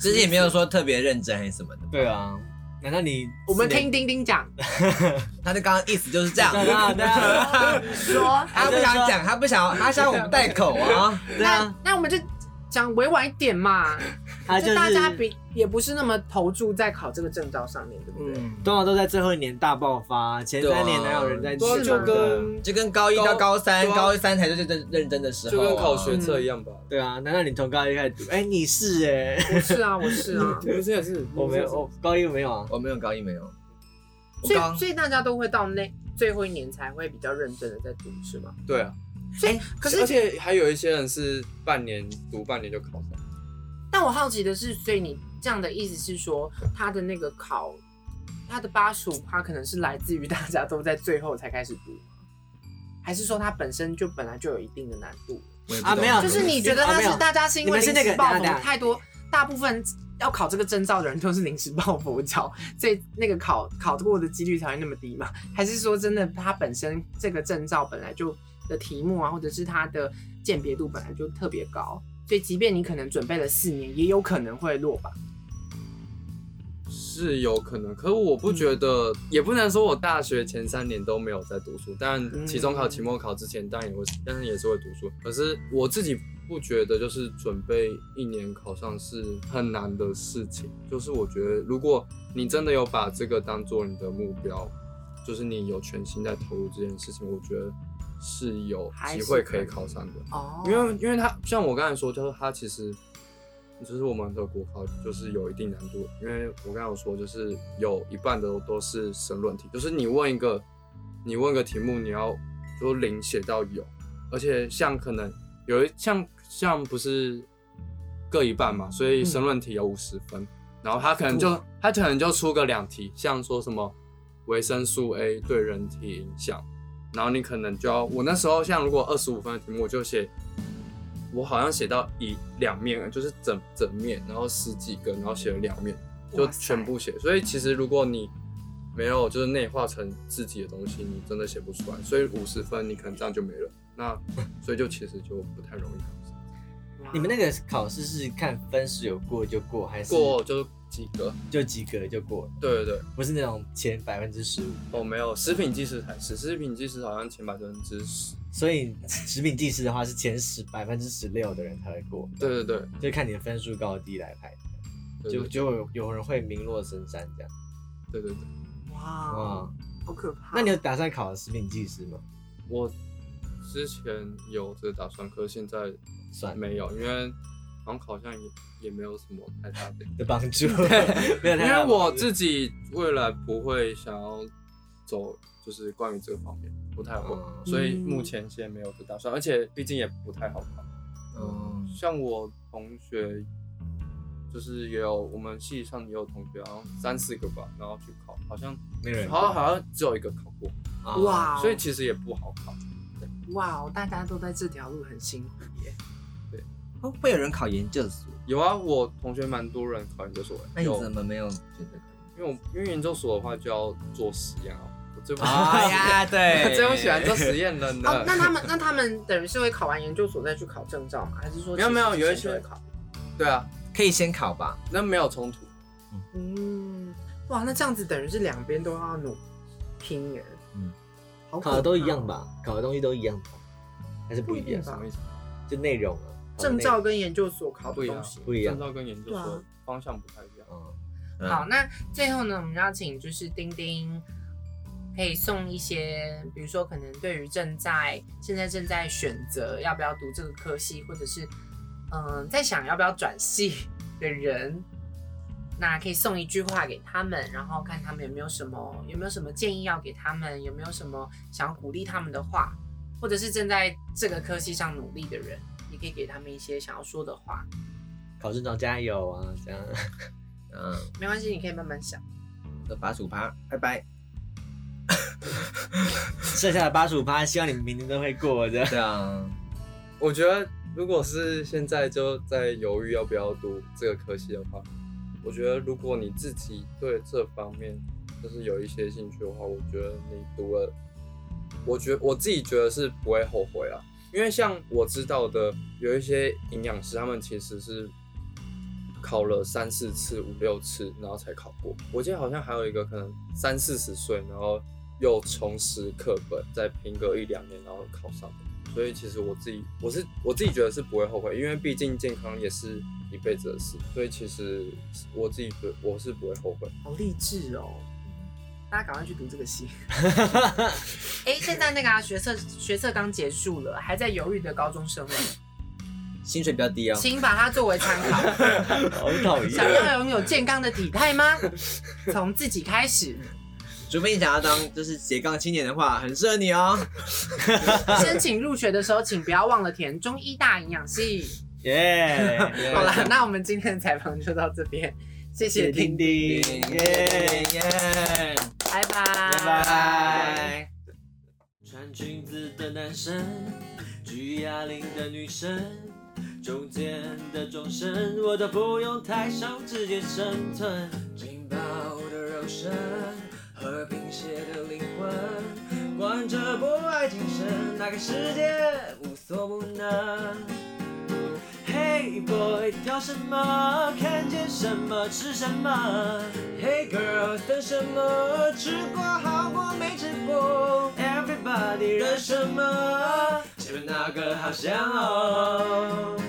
S1: 其实也没有说特别认真还是什么的，
S2: 对啊，难道你
S3: 我们
S2: 四年
S3: 听丁丁讲，
S1: 他就刚刚意思就是这样。
S2: 对啊对 啊
S3: 说，
S1: 他不想讲，他不想，他想要我们带口啊。
S2: 对
S3: 那
S2: 啊，
S3: 那我们就讲委婉一点嘛，
S2: 他啊就
S3: 就是大家比也不是那么投注在考这个证照上面，对不对？
S1: 嗯，
S2: 通常都在最后一年大爆发，前三年哪有人在
S4: 对啊
S2: 吃
S4: 就
S2: 的
S4: 跟
S1: 就跟高一到高三，
S4: 高
S1: 高一三才是认认真的时候
S4: 就
S1: 啊。
S4: 跟考学测一样吧。
S2: 对啊，难道你从高一开始读？哎，你是哎，
S3: 我是啊，我是 啊，
S4: 你们这也是，
S2: 我没有，我高一没有啊。
S1: 我哦没有高一没有，我
S3: 所
S1: 高
S3: 以所以大家都会到那最后一年才会比较认真的在读，是吗？
S4: 对啊。
S3: 所以可是
S4: 而且还有一些人是半年读半年就考上，
S3: 但我好奇的是，所以你这样的意思是说，他的那个考，他的八十五趴可能是来自于大家都在最后才开始读吗，还是说他本身就本来就有一定的难度？
S1: 我也不
S2: 啊
S1: 懂
S2: 没有
S3: 就是你觉得
S2: 啊
S3: 他
S2: 没
S3: 是
S2: 有
S3: 大家是因为
S2: 你们是
S3: 临
S2: 那个
S3: 时抱
S2: 等一下等
S3: 佛
S2: 一下
S3: 太多，大部分要考这个证照的人都是临时抱佛脚，所以那个考考过的几率才会那么低嘛？还是说真的他本身这个证照本来就的题目啊，或者是它的鉴别度本来就特别高，所以即便你可能准备了四年，也有可能会落榜。
S4: 是有可能。可我不觉得，也不能说我大学前三年都没有在读书，但期中考、
S3: 嗯
S4: 期末考之前，当然也会，当然也是会读书。可是我自己不觉得，就是准备一年考上是很难的事情。就是我觉得，如果你真的有把这个当做你的目标，就是你有全心在投入这件事情，我觉得是有
S3: 还
S4: 机
S3: 是
S4: 会可以考上的。
S3: 哦，
S4: 因为因为它像我刚才说，就是它其实就是我们的国考就是有一定难度，因为我刚才有说就是有一半的都是申论题，就是你问一个你问个题目，你要就零写到有，而且像可能有一像像不是各一半嘛，所以申论题有五十分，然后他可能就他可能就出个两题，像说什么维生素 A 对人体影响。然后你可能就要，我那时候像如果二十五分的题目，我就写，我好像写到一两面，就是整整面，然后十几个，然后写了两面，就
S3: 哇塞
S4: 全部写。所以其实如果你没有就是内化成自己的东西，你真的写不出来。所以五十分你可能这样就没了，那 所以就其实就不太容易考上。
S2: 你们那个考试是看分数有过就过，还是
S4: 过就是及格，
S2: 就及格就过了？
S4: 对对对，
S2: 不是那种前百分之十五。
S4: 哦没有，食品技师才是，食品技师好像前百分之十，
S2: 所以食品技师的话是前十百分之十六的人才会过，
S4: 对对对，
S2: 就看你的分数高低来排，
S4: 对
S2: 就
S4: 对
S2: 就有有人会名落孙山这样。
S4: 对对对。
S3: 哇，
S2: 哇，
S3: 好可怕！
S2: 嗯
S3: 哦
S2: 那你有打算考食品技师吗？
S4: 我之前有这个打算，可是现在
S2: 算了，
S4: 没有，因为好像好像也也没有什么太大的，
S2: 的帮 助没有
S4: 因
S2: 太大
S4: 为
S2: 的帮助，
S4: 我自己未来不会想要走，就是关于这个方面不太会，
S2: 嗯
S4: 所以目前先没有这打算，而且毕竟也不太好考。
S2: 嗯
S4: 像我同学，就是也有我们系上也有同学，好像三四个吧，然后去考，好像
S2: 没有人
S4: 好像好像只有一个考过，
S2: 啊
S3: 哇哦，
S4: 所以其实也不好考。
S3: 哇哦，大家都在这条路很辛苦耶。
S1: 会不会有人考研究所？
S4: 有啊，我同学蛮多人考研究所的，
S1: 那你
S4: 有
S1: 怎么没 有选择考
S4: 因为我因为研究所的话就要做实验啊，我最不
S1: 研？
S4: 喜
S1: 哎
S4: 欢，
S1: 呀，
S4: 我
S1: 对，
S4: 最不喜欢做实 验了呢。
S3: 哦，那他们那他们等于是会考完研究所再去考证照吗？还是说
S4: 没有
S3: 其实
S4: 没有
S3: 之前
S4: 有一些
S3: 就会考？
S4: 对啊，
S1: 可以先考吧。
S4: 那没有冲突，
S3: 嗯，哇，那这样子等于是两边都要努拼耶。
S1: 嗯
S3: 好可怕哦
S2: 考的都一样？吧？考的东西都一样吧？还是不
S3: 不
S2: 一
S3: 一
S2: 样
S3: 定？吧
S4: 什么意思？
S2: 就内容啊，考的
S3: 证
S2: 内
S3: 照
S2: 容
S3: 跟研究所考
S4: 不
S3: 的
S4: 一样
S3: 东西，
S2: 不一样
S4: 证。照跟研究
S3: 对啊
S4: 所方向不太一样。
S2: 嗯
S1: 嗯
S3: 好，那最后呢，我们要请就是丁丁，可以送一些，比如说可能对于正在现在正在选择要不要读这个科系，或者是嗯、呃在想要不要转系的人，那可以送一句话给他们，然后看他们有没有什么有没有什么建议要给他们，有没有什么想要鼓励他们的话，或者是正在这个科系上努力的人，也可以给他们一些想要说的话。
S2: 考证照加油啊，这样。
S1: 嗯，
S3: 没关系，你可以慢慢想。
S1: 的八十五趴，拜拜。
S2: 剩下的八十五趴，希望你们明年都会过的。
S1: 对啊，
S4: 我觉得如果是现在就在犹豫要不要读这个科系的话，我觉得如果你自己对这方面就是有一些兴趣的话，我觉得你读了，我觉我自己觉得是不会后悔啊。因为像我知道的，有一些营养师，他们其实是考了三四次、五六次，然后才考过。我记得好像还有一个可能三四十岁，然后又重拾课本，再拼个一两年，然后考上的。所以其实我自己，我是我自己觉得是不会后悔，因为毕竟健康也是一辈子的事。所以其实我自己觉得我是不会后悔。
S3: 好励志哦！大家赶快去读这 个戏。哎、现在那个、啊、学测学测刚结束了，还在犹豫的高中 生们，
S1: 薪水比较低哦。
S3: 请把它作为参 考。
S2: 好讨
S3: 想
S2: 厌。
S3: 要拥有健康的体态吗？ 从自己开始，
S1: 除非你想要当就是斜杠青年的话，很适合你哦。
S3: 申请入学的时候，请不要忘了填中医大营养 系。
S2: 耶！
S3: 好啦，那我们今天的采访就到这边，谢
S2: 谢
S3: 谢
S2: 谢
S3: 听
S2: 丁
S3: 丁，
S2: 丁，耶！
S1: 耶！
S3: 拜拜，
S2: 拜拜。
S6: 穿裙子的男生，举哑铃的女生，中间的中身我都不用太想，直接生吞。劲爆的肉身和贫血的灵魂，光着博爱精神，打开世界无所不能。Hey boy，挑什么？看见什么吃什么？Hey girl，等什么？吃过好过没吃过？Everybody，等什么？前面那个好香哦。